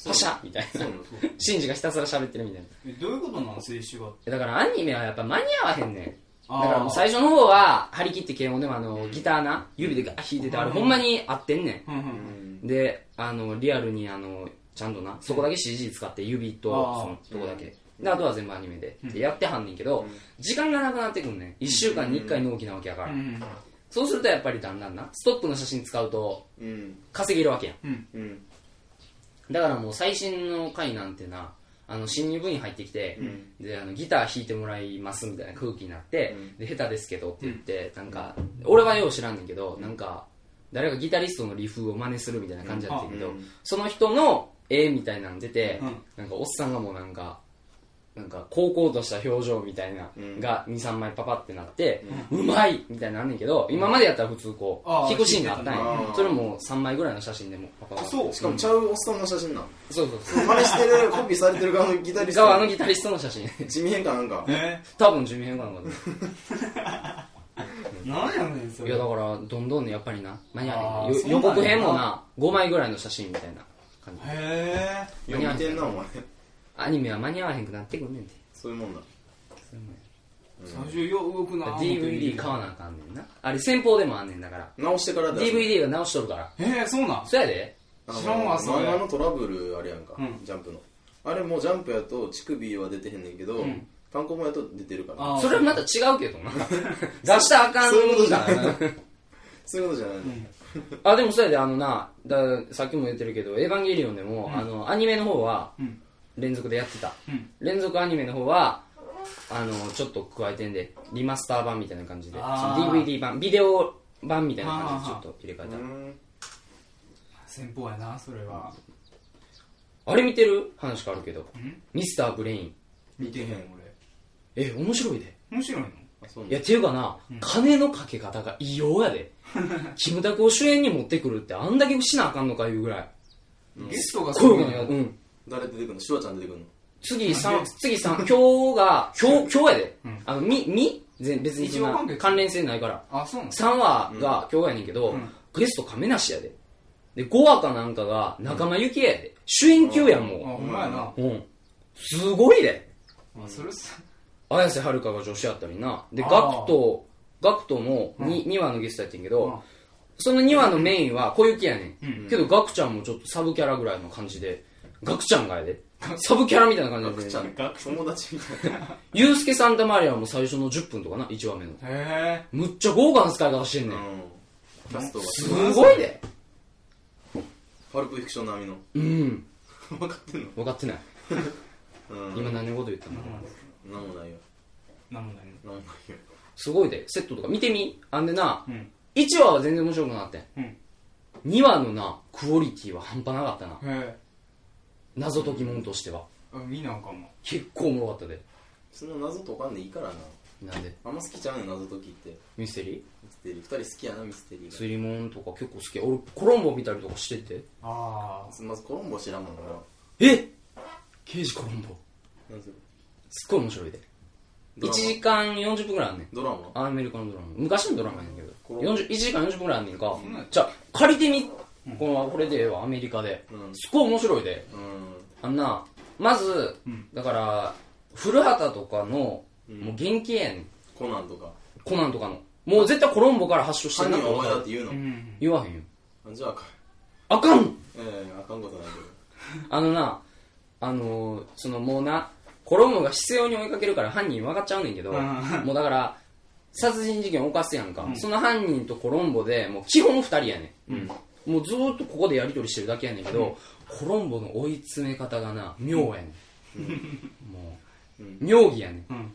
[SPEAKER 4] パシャみたいな
[SPEAKER 3] そうなの
[SPEAKER 4] シンジがひたすら喋ってるみたいな
[SPEAKER 2] えどういうことなの青春は
[SPEAKER 4] えだからアニメはやっぱ間に合わへんねん
[SPEAKER 2] あー
[SPEAKER 4] だからもう最初の方は張り切って軽音でもあのギターな指でガー弾いててあれほんまに合ってんねん
[SPEAKER 2] うんうん
[SPEAKER 4] であのリアルにあのちゃんとなそこだけ CG 使って指と
[SPEAKER 2] あー
[SPEAKER 4] そのとこだけであとは全部アニメででやってはんねんけど時間がなくなってくんねん1週間に1回納期なわけやから
[SPEAKER 2] うん
[SPEAKER 4] そうするとやっぱりだんだんなストップの写真使うと
[SPEAKER 3] うん
[SPEAKER 4] 稼げるわけやん
[SPEAKER 3] うん
[SPEAKER 4] だからもう最新の回なんてなあの新入部員入ってきて、であのギター弾いてもらいますみたいな空気になって、で下手ですけどって言って、なんか俺はよう知らんねんけど、なんか誰かギタリストのリフを真似するみたいな感じだったけど、
[SPEAKER 3] うんうん
[SPEAKER 4] その人の絵みたいなの出て、
[SPEAKER 2] うん
[SPEAKER 4] なんかおっさんがもうなんかなんか高々とした表情みたいなが23枚パパってなって、うまいみたいになんねんけど今までやったら普通こう
[SPEAKER 2] ああ
[SPEAKER 4] 弾くシーンがあったん
[SPEAKER 3] 弾いてた
[SPEAKER 4] や
[SPEAKER 3] な
[SPEAKER 4] それも3枚ぐらいの写真でもパパが
[SPEAKER 2] そう
[SPEAKER 3] しかもちゃうおっさんの写真なん
[SPEAKER 4] そうそうそう。
[SPEAKER 3] 真似してるコピーされてる側のギタリスト
[SPEAKER 4] 側のギタリストの写真。
[SPEAKER 3] 地味変かなんか
[SPEAKER 2] え
[SPEAKER 4] 多分、ジュミヘンガンだと思う。
[SPEAKER 2] ーなんやねんそ
[SPEAKER 4] い
[SPEAKER 2] れ
[SPEAKER 4] やだからどんどんねやっぱりな間に合わへん
[SPEAKER 2] あー
[SPEAKER 4] よ
[SPEAKER 2] そうなんや
[SPEAKER 4] 予告編もな5枚ぐらいの写真みたいな感じ
[SPEAKER 2] へ
[SPEAKER 3] よう見てんなお前
[SPEAKER 4] アニメは間に合わへんくなってくんねんて
[SPEAKER 3] そういうもんだ
[SPEAKER 4] それもや
[SPEAKER 2] え最初よう動くな
[SPEAKER 4] だから
[SPEAKER 2] ぁ
[SPEAKER 4] DVD 買わなあかんねんなあれ先方でもあんねんだから
[SPEAKER 3] 直してからだ
[SPEAKER 4] DVD が直しとるから
[SPEAKER 2] へえそうなん
[SPEAKER 4] そやで
[SPEAKER 3] あ
[SPEAKER 2] 知らんわ
[SPEAKER 3] の
[SPEAKER 2] それ
[SPEAKER 3] 漫画のトラブルあれやんか、
[SPEAKER 2] うん
[SPEAKER 3] ジャンプのあれもジャンプやと乳首は出てへんねんけど、
[SPEAKER 2] うん
[SPEAKER 3] 単行本やと出てるから
[SPEAKER 2] あー
[SPEAKER 4] それはまた違うけど な出したらあかん
[SPEAKER 3] そういうことじゃ
[SPEAKER 4] からな
[SPEAKER 3] そういうことじゃない、
[SPEAKER 4] あでもそやであのなださっきも言ってるけど「エヴァンゲリオン」でも、あのアニメの方は
[SPEAKER 2] うん
[SPEAKER 4] 連続でやってた、
[SPEAKER 2] うん
[SPEAKER 4] 連続アニメの方はあのちょっと加えてんでリマスター版みたいな感じで
[SPEAKER 2] あー
[SPEAKER 4] DVD 版ビデオ版みたいな感じでちょっと入れ替え
[SPEAKER 3] う
[SPEAKER 4] た
[SPEAKER 3] ん
[SPEAKER 2] 先方やなそれは
[SPEAKER 4] あれ見てる話があるけど
[SPEAKER 2] ん
[SPEAKER 4] ミスターブレイン
[SPEAKER 2] 見てへん俺
[SPEAKER 4] え面白いで
[SPEAKER 2] 面白いの
[SPEAKER 3] あそうなん
[SPEAKER 4] い
[SPEAKER 3] だ
[SPEAKER 4] やっていうかな、金のかけ方が異様や でキムタクを主演に持ってくるってあんだけしなあかんのかいうぐらい
[SPEAKER 2] ゲストがす
[SPEAKER 4] こう
[SPEAKER 2] ご
[SPEAKER 4] い
[SPEAKER 2] いう
[SPEAKER 4] のよ
[SPEAKER 2] な
[SPEAKER 4] うん
[SPEAKER 3] 誰出てくんのシュワちゃん出てくんの
[SPEAKER 4] 次
[SPEAKER 2] なん
[SPEAKER 4] 三
[SPEAKER 2] で
[SPEAKER 4] 次三今日が、今日、今日やで
[SPEAKER 2] うん。
[SPEAKER 4] あの、み、み全別にそん
[SPEAKER 2] 一応関係
[SPEAKER 4] な関連性ないから。
[SPEAKER 2] あそうなん
[SPEAKER 4] 3話が今日やねんけど
[SPEAKER 2] うん、
[SPEAKER 4] ゲスト亀梨やで。で、5話かなんかが仲間由紀恵やで。主演級やん
[SPEAKER 2] あ
[SPEAKER 4] も
[SPEAKER 2] ほんまやな
[SPEAKER 4] う。うん。すごいで。
[SPEAKER 2] あそれさ
[SPEAKER 4] 綾瀬はるかが女子やったりな。で、
[SPEAKER 2] あ
[SPEAKER 4] ガ
[SPEAKER 2] ー
[SPEAKER 4] クト、ガクトも 2, 2話のゲストやってんけ
[SPEAKER 2] うん
[SPEAKER 4] ど、その2話のメインは小雪やね。
[SPEAKER 2] うん
[SPEAKER 4] けど、ガクちゃんもちょっとサブキャラぐらいの感じで、ガクちゃんがや で。サブキャラみたいな感じで
[SPEAKER 3] ガ。クちゃん友達みたいな
[SPEAKER 4] ユースケ・サンタマリアも最初の10分とかな、1話目の。
[SPEAKER 2] へ
[SPEAKER 4] むっちゃ豪華な使い方してん
[SPEAKER 3] う
[SPEAKER 4] ねん。
[SPEAKER 3] んキャストが
[SPEAKER 4] すごいで。
[SPEAKER 3] パルプフィクション並みの
[SPEAKER 4] うん。
[SPEAKER 3] 分かってんの
[SPEAKER 4] 分かってない。
[SPEAKER 3] うん
[SPEAKER 4] 今何のこと言ったの
[SPEAKER 3] 何もないよ
[SPEAKER 2] えなんもないな
[SPEAKER 3] 何もないよ
[SPEAKER 4] すごいで。セットとか見てみ。あんでな
[SPEAKER 2] う、ん
[SPEAKER 4] 1話は全然面白くなかってん。
[SPEAKER 2] うん
[SPEAKER 4] 2話のな、クオリティは半端なかったな。
[SPEAKER 2] へ
[SPEAKER 4] 謎解きもんとしては。
[SPEAKER 2] え見なあかんわ
[SPEAKER 4] 結構おもろかったで。
[SPEAKER 3] その謎解かんでいいからな
[SPEAKER 4] なんで
[SPEAKER 3] あんま好きちゃうねん謎解きって
[SPEAKER 4] ミステリ
[SPEAKER 3] ミステリー2人好きやなミステリ
[SPEAKER 4] ー
[SPEAKER 3] ー
[SPEAKER 4] 推理もんとか結構好き。俺、コロンボ見たりとかしてて。
[SPEAKER 2] ああ
[SPEAKER 3] がまずコロンボ知らんもんな
[SPEAKER 4] え刑事コロンボ。
[SPEAKER 3] 何それ
[SPEAKER 4] すっごい面白いで。
[SPEAKER 3] ド
[SPEAKER 4] 1
[SPEAKER 3] ラマ
[SPEAKER 4] 時間40分くらいあんねん。
[SPEAKER 3] ドラマ
[SPEAKER 4] アメリカのドラマ昔のドラマやねんけど
[SPEAKER 3] この
[SPEAKER 4] 40 1時間40分ぐらいあんねんか
[SPEAKER 2] んなんや
[SPEAKER 4] じゃあ借りてみこのこれでええわアメリカで
[SPEAKER 3] うん
[SPEAKER 4] すごい面白いで
[SPEAKER 3] う
[SPEAKER 4] あんなまず
[SPEAKER 2] うん
[SPEAKER 4] だから古畑とかの
[SPEAKER 3] ん
[SPEAKER 4] もう原型やねん
[SPEAKER 3] コナンとか
[SPEAKER 4] コナンとかのもう絶対コロンボから発祥して
[SPEAKER 3] 犯
[SPEAKER 4] んな
[SPEAKER 3] 人は
[SPEAKER 4] と
[SPEAKER 3] お
[SPEAKER 4] 思
[SPEAKER 3] 前だって言うの、
[SPEAKER 2] うん
[SPEAKER 4] 言わへんよ
[SPEAKER 3] あじゃああかん
[SPEAKER 4] あかん
[SPEAKER 3] ええあかんことないけど
[SPEAKER 4] あのなあのーそのもうなコロンボが必要に追いかけるから犯人分かっちゃうねんけど
[SPEAKER 2] うん
[SPEAKER 4] もうだから殺人事件を犯すやんか、その犯人とコロンボでもう基本2人やねん、もうずーっとここでやり取りしてるだけやねんけど、コロンボの追い詰め方がな妙やねん、もう、
[SPEAKER 3] うん
[SPEAKER 4] 妙義やね
[SPEAKER 2] うん
[SPEAKER 4] ん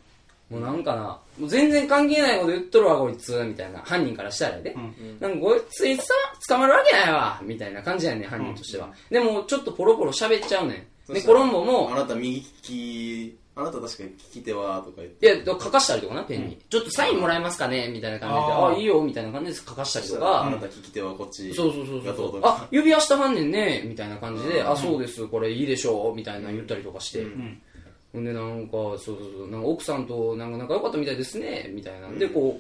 [SPEAKER 4] もうなんかなもう全然関係ないこと言っとるわこいつみたいな犯人からしたらやで、
[SPEAKER 2] うん
[SPEAKER 4] なんかこいついつ捕まるわけないわみたいな感じやねん犯人としては、でもちょっとポロポロ喋っちゃうねん
[SPEAKER 3] そ
[SPEAKER 4] で
[SPEAKER 3] した
[SPEAKER 4] コ
[SPEAKER 3] ら
[SPEAKER 4] ロンボも
[SPEAKER 3] あなた右利きあなた確かに利き手はとか言って
[SPEAKER 4] いや、書かしたりとかな、ペンに。ちょっとサインもらえますかねみたいな感じで、
[SPEAKER 2] あ
[SPEAKER 4] あ
[SPEAKER 2] ー
[SPEAKER 4] いいよ、みたいな感じで書かしたりと
[SPEAKER 3] あな
[SPEAKER 4] か、
[SPEAKER 3] た利き手はこっち
[SPEAKER 4] そうそうそう
[SPEAKER 3] がど
[SPEAKER 4] そう
[SPEAKER 3] と
[SPEAKER 4] う。
[SPEAKER 3] か
[SPEAKER 4] あ、指輪したはんねんね、みたいな感じで、
[SPEAKER 3] う
[SPEAKER 4] あ、そうです、これいいでしょう、みたいな言ったりとかして。
[SPEAKER 3] うん
[SPEAKER 4] ほんで、なんか、そうそうそう、なんか奥さんとなんか仲良かったみたいですね、みたいなんで、こ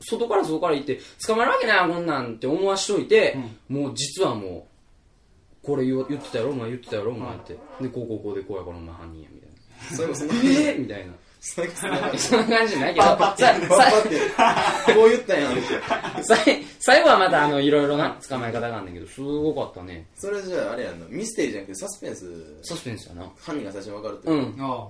[SPEAKER 4] う、外から外から行って、捕まるわけないわ、こんなんって思わしといて、もう実はもう、これ言わ言ってたやろ、お前言ってたやろ、お前って。で、こうこうこうでこうやから、お前犯人や、みたいな。
[SPEAKER 3] そういえばそんな
[SPEAKER 4] えーみたいな。
[SPEAKER 3] 最後そんなこ
[SPEAKER 4] そんな感じじゃないけど、さ
[SPEAKER 3] と
[SPEAKER 4] さ
[SPEAKER 3] ってこう言ったんやん
[SPEAKER 4] さい最後はまたあのいろいろな捕まえ方があるんだけどすごかったね
[SPEAKER 3] それじゃああれやんなミステリーじゃなくてサスペンス
[SPEAKER 4] サスペンスやな
[SPEAKER 3] 犯人が最初に分かるって
[SPEAKER 4] う
[SPEAKER 3] こ
[SPEAKER 4] ん
[SPEAKER 3] と
[SPEAKER 2] あ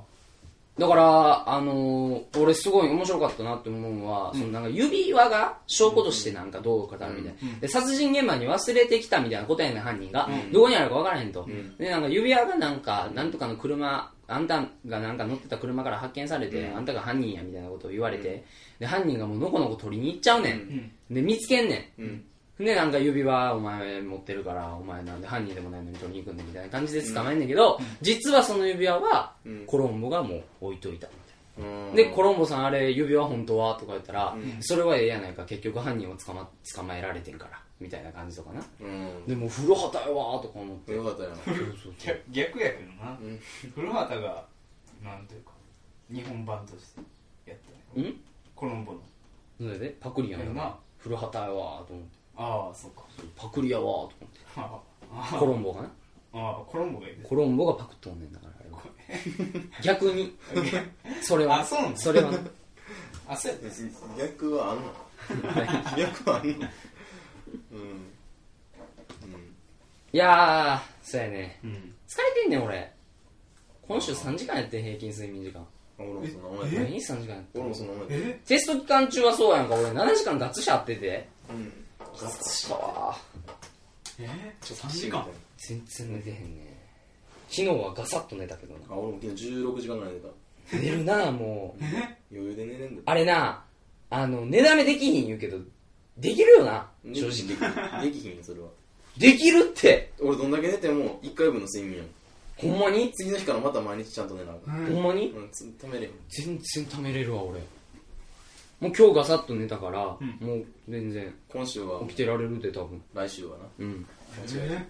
[SPEAKER 4] だからあのー俺すごい面白かったなって思うのは、そのなんか指輪が証拠としてなんかどうかだみたいな、で殺人現場に忘れてきたみたいな答えの犯人が、どこにあるか分からへんと、でなんか指輪がなんかなんとかの車あんたがなんか乗ってた車から発見されて、あんたが犯人やみたいなことを言われて、で犯人がもうのこのこ取りに行っちゃうねん、で見つけんねん、
[SPEAKER 3] うん
[SPEAKER 4] でなんか指輪お前持ってるからお前なんで犯人でもないのに取りに行くんだみたいな感じで捕まえんねんけど、実はその指輪は
[SPEAKER 3] うん
[SPEAKER 4] コロンボがもう置いといたみ
[SPEAKER 3] うん
[SPEAKER 4] たいなでコロンボさんあれ指輪本当はとか言ったら、それはええやないか結局犯人を捕ま捕まえられてんからみたいな感じとかな
[SPEAKER 3] うん
[SPEAKER 4] でも古畑やわーとか思って
[SPEAKER 3] よかったやん
[SPEAKER 4] そうそうそう
[SPEAKER 2] 逆逆やけどな
[SPEAKER 3] うん
[SPEAKER 2] 古畑がなんというか日本版としてやったね
[SPEAKER 4] ん
[SPEAKER 2] コロンボの
[SPEAKER 4] それでパクリやん
[SPEAKER 2] や
[SPEAKER 4] よ
[SPEAKER 2] んな
[SPEAKER 4] 古畑やわーと思って
[SPEAKER 2] ああそうか
[SPEAKER 4] パクリやわーと思って
[SPEAKER 2] あ
[SPEAKER 4] コロンボがな
[SPEAKER 2] あコロンボがいいです
[SPEAKER 4] コロンボがパクっとんねんだからあれは逆にそれは
[SPEAKER 2] あそうなの
[SPEAKER 4] それはな
[SPEAKER 2] あそうやった
[SPEAKER 3] 逆はあんの逆はあんのうんうん
[SPEAKER 4] いやーそうやね
[SPEAKER 2] うん
[SPEAKER 4] 疲れてんねん俺今週3時間やってん平均睡眠時間
[SPEAKER 3] 俺もその名前
[SPEAKER 4] 毎日3時間やって
[SPEAKER 3] 俺も
[SPEAKER 4] ん
[SPEAKER 3] その名前
[SPEAKER 2] え
[SPEAKER 4] テスト期間中はそうやんか俺7時間ガッツシャってて
[SPEAKER 3] うんガッツし
[SPEAKER 4] うわー
[SPEAKER 2] え
[SPEAKER 3] ちょっと
[SPEAKER 2] 3時間
[SPEAKER 4] 全然寝てへんね昨日はガサッと寝たけどな
[SPEAKER 3] あ俺も昨日16時間ぐらい寝た
[SPEAKER 4] 寝るなもう
[SPEAKER 3] 余裕で寝れんで
[SPEAKER 4] あれなあの寝だめできひん言うけどできるよな正直
[SPEAKER 3] 直できひんよそれは
[SPEAKER 4] できるって
[SPEAKER 3] 俺どんだけ寝ても1回分の睡眠やん
[SPEAKER 4] ほんまに
[SPEAKER 3] 次の日からまた毎日ちゃんと寝なあかん
[SPEAKER 4] ほんまに
[SPEAKER 3] うんつためれへん
[SPEAKER 4] 全然ためれるわ俺もう今日ガサッと寝たから、
[SPEAKER 2] うん
[SPEAKER 4] もう全然
[SPEAKER 3] 今週は
[SPEAKER 4] 起きてられるで多分
[SPEAKER 3] 来週はな
[SPEAKER 4] うん
[SPEAKER 2] え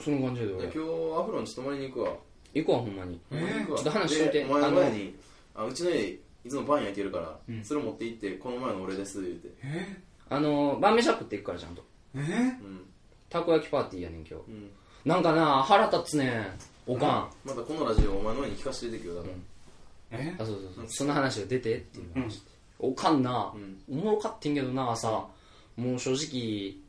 [SPEAKER 4] その感じで
[SPEAKER 3] いや
[SPEAKER 4] 俺
[SPEAKER 3] 今日アフロンち泊まりに行くわ
[SPEAKER 4] 行こうほんまに
[SPEAKER 2] えー
[SPEAKER 3] 行くわ
[SPEAKER 4] ちょっと話しといて
[SPEAKER 3] でお前の
[SPEAKER 4] あの
[SPEAKER 3] 前にあうちの家いつもパン焼いてるから、
[SPEAKER 2] うん
[SPEAKER 3] それ持って行ってこの前の俺です言うて
[SPEAKER 2] え
[SPEAKER 4] あの晩飯アップって行くからちゃんと
[SPEAKER 2] え
[SPEAKER 3] うん
[SPEAKER 4] たこ焼きパーティーやねん今
[SPEAKER 3] うん
[SPEAKER 4] 日なんかな腹立つねんおかんあ
[SPEAKER 3] またこのラジオお前の前に聞かせていてくよだから
[SPEAKER 2] え
[SPEAKER 4] そうそうそうその話が出てっていう話で、おかんな
[SPEAKER 3] う、ん
[SPEAKER 4] おもろかってんけどな朝もう正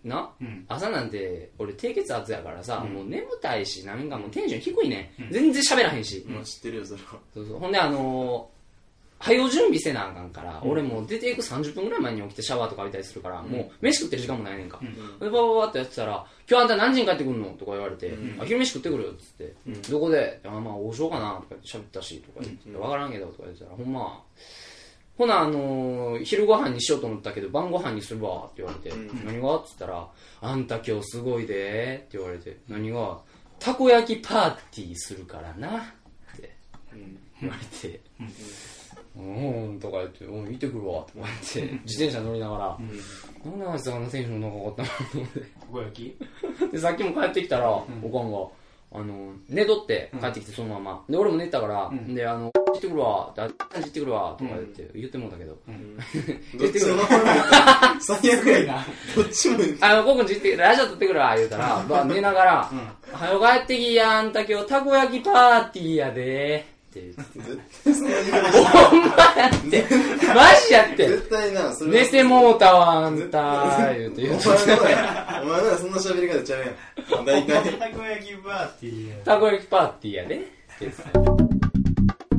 [SPEAKER 4] 直な
[SPEAKER 2] うん
[SPEAKER 4] 朝なんて俺低血圧やからさ、
[SPEAKER 2] うん
[SPEAKER 4] もう眠たいしなんかもうテンション低いね、
[SPEAKER 2] うん
[SPEAKER 4] ん、全然喋らへんし、
[SPEAKER 3] まあ知ってるよそれは
[SPEAKER 4] そうそうほんであのー、早う準備せなあかんから、俺もう出ていく30分ぐらい前に起きてシャワーとか浴びたりするから、もう飯食ってる時間もないねんか、
[SPEAKER 2] うん
[SPEAKER 4] でババババってやってたら「今日あんた何時に帰ってくるの?」とか言われて「
[SPEAKER 3] う
[SPEAKER 4] あ昼飯食ってくるよ」っつって「
[SPEAKER 2] うん
[SPEAKER 4] どこで?」「あまあ王将かな」とか言って喋ったしとか言って「
[SPEAKER 3] うん
[SPEAKER 4] 分からんけど」とか言ってたらほんまほな、あのー昼ご飯にしようと思ったけど、晩ご飯にするわって言われて、
[SPEAKER 3] うん
[SPEAKER 4] 何がって言ったら、あんた今日すごいでって言われて、何がたこ焼きパーティーするからなって
[SPEAKER 3] うん
[SPEAKER 4] 言われて、うーんとか言って、うん、行ってくるわとか言って、自転車乗りながら、なんであいつあんなテンション高かったのと思って。
[SPEAKER 2] たこ焼き
[SPEAKER 4] でさっきも帰ってきたら、おかんがあの寝とって帰ってきてそのまま、で俺も寝てたから、
[SPEAKER 2] ん
[SPEAKER 4] であの「行ってくるわ」って「あ行ってくるわ」とか言って、言ってもうたけど、
[SPEAKER 3] どっちの名前も言った最悪やなどっちも言っ
[SPEAKER 4] あの僕んち行ってラジオ撮ってくるわ言うたら、まあ、寝ながら「はよ帰ってきいやあんた今日たこ焼きパーティーやで」って言って
[SPEAKER 3] て絶対その言い方
[SPEAKER 4] 「ほんまやってマジやって
[SPEAKER 3] 絶対なそれは
[SPEAKER 4] 寝てもうたわあんた」言うて言
[SPEAKER 3] お前
[SPEAKER 4] う
[SPEAKER 3] の
[SPEAKER 4] て
[SPEAKER 3] やお前のやそんな喋り方ちゃうやん大体
[SPEAKER 2] たこ焼きパーティ
[SPEAKER 4] 「
[SPEAKER 2] ー
[SPEAKER 4] たこ焼きパーティーやで」って言ってた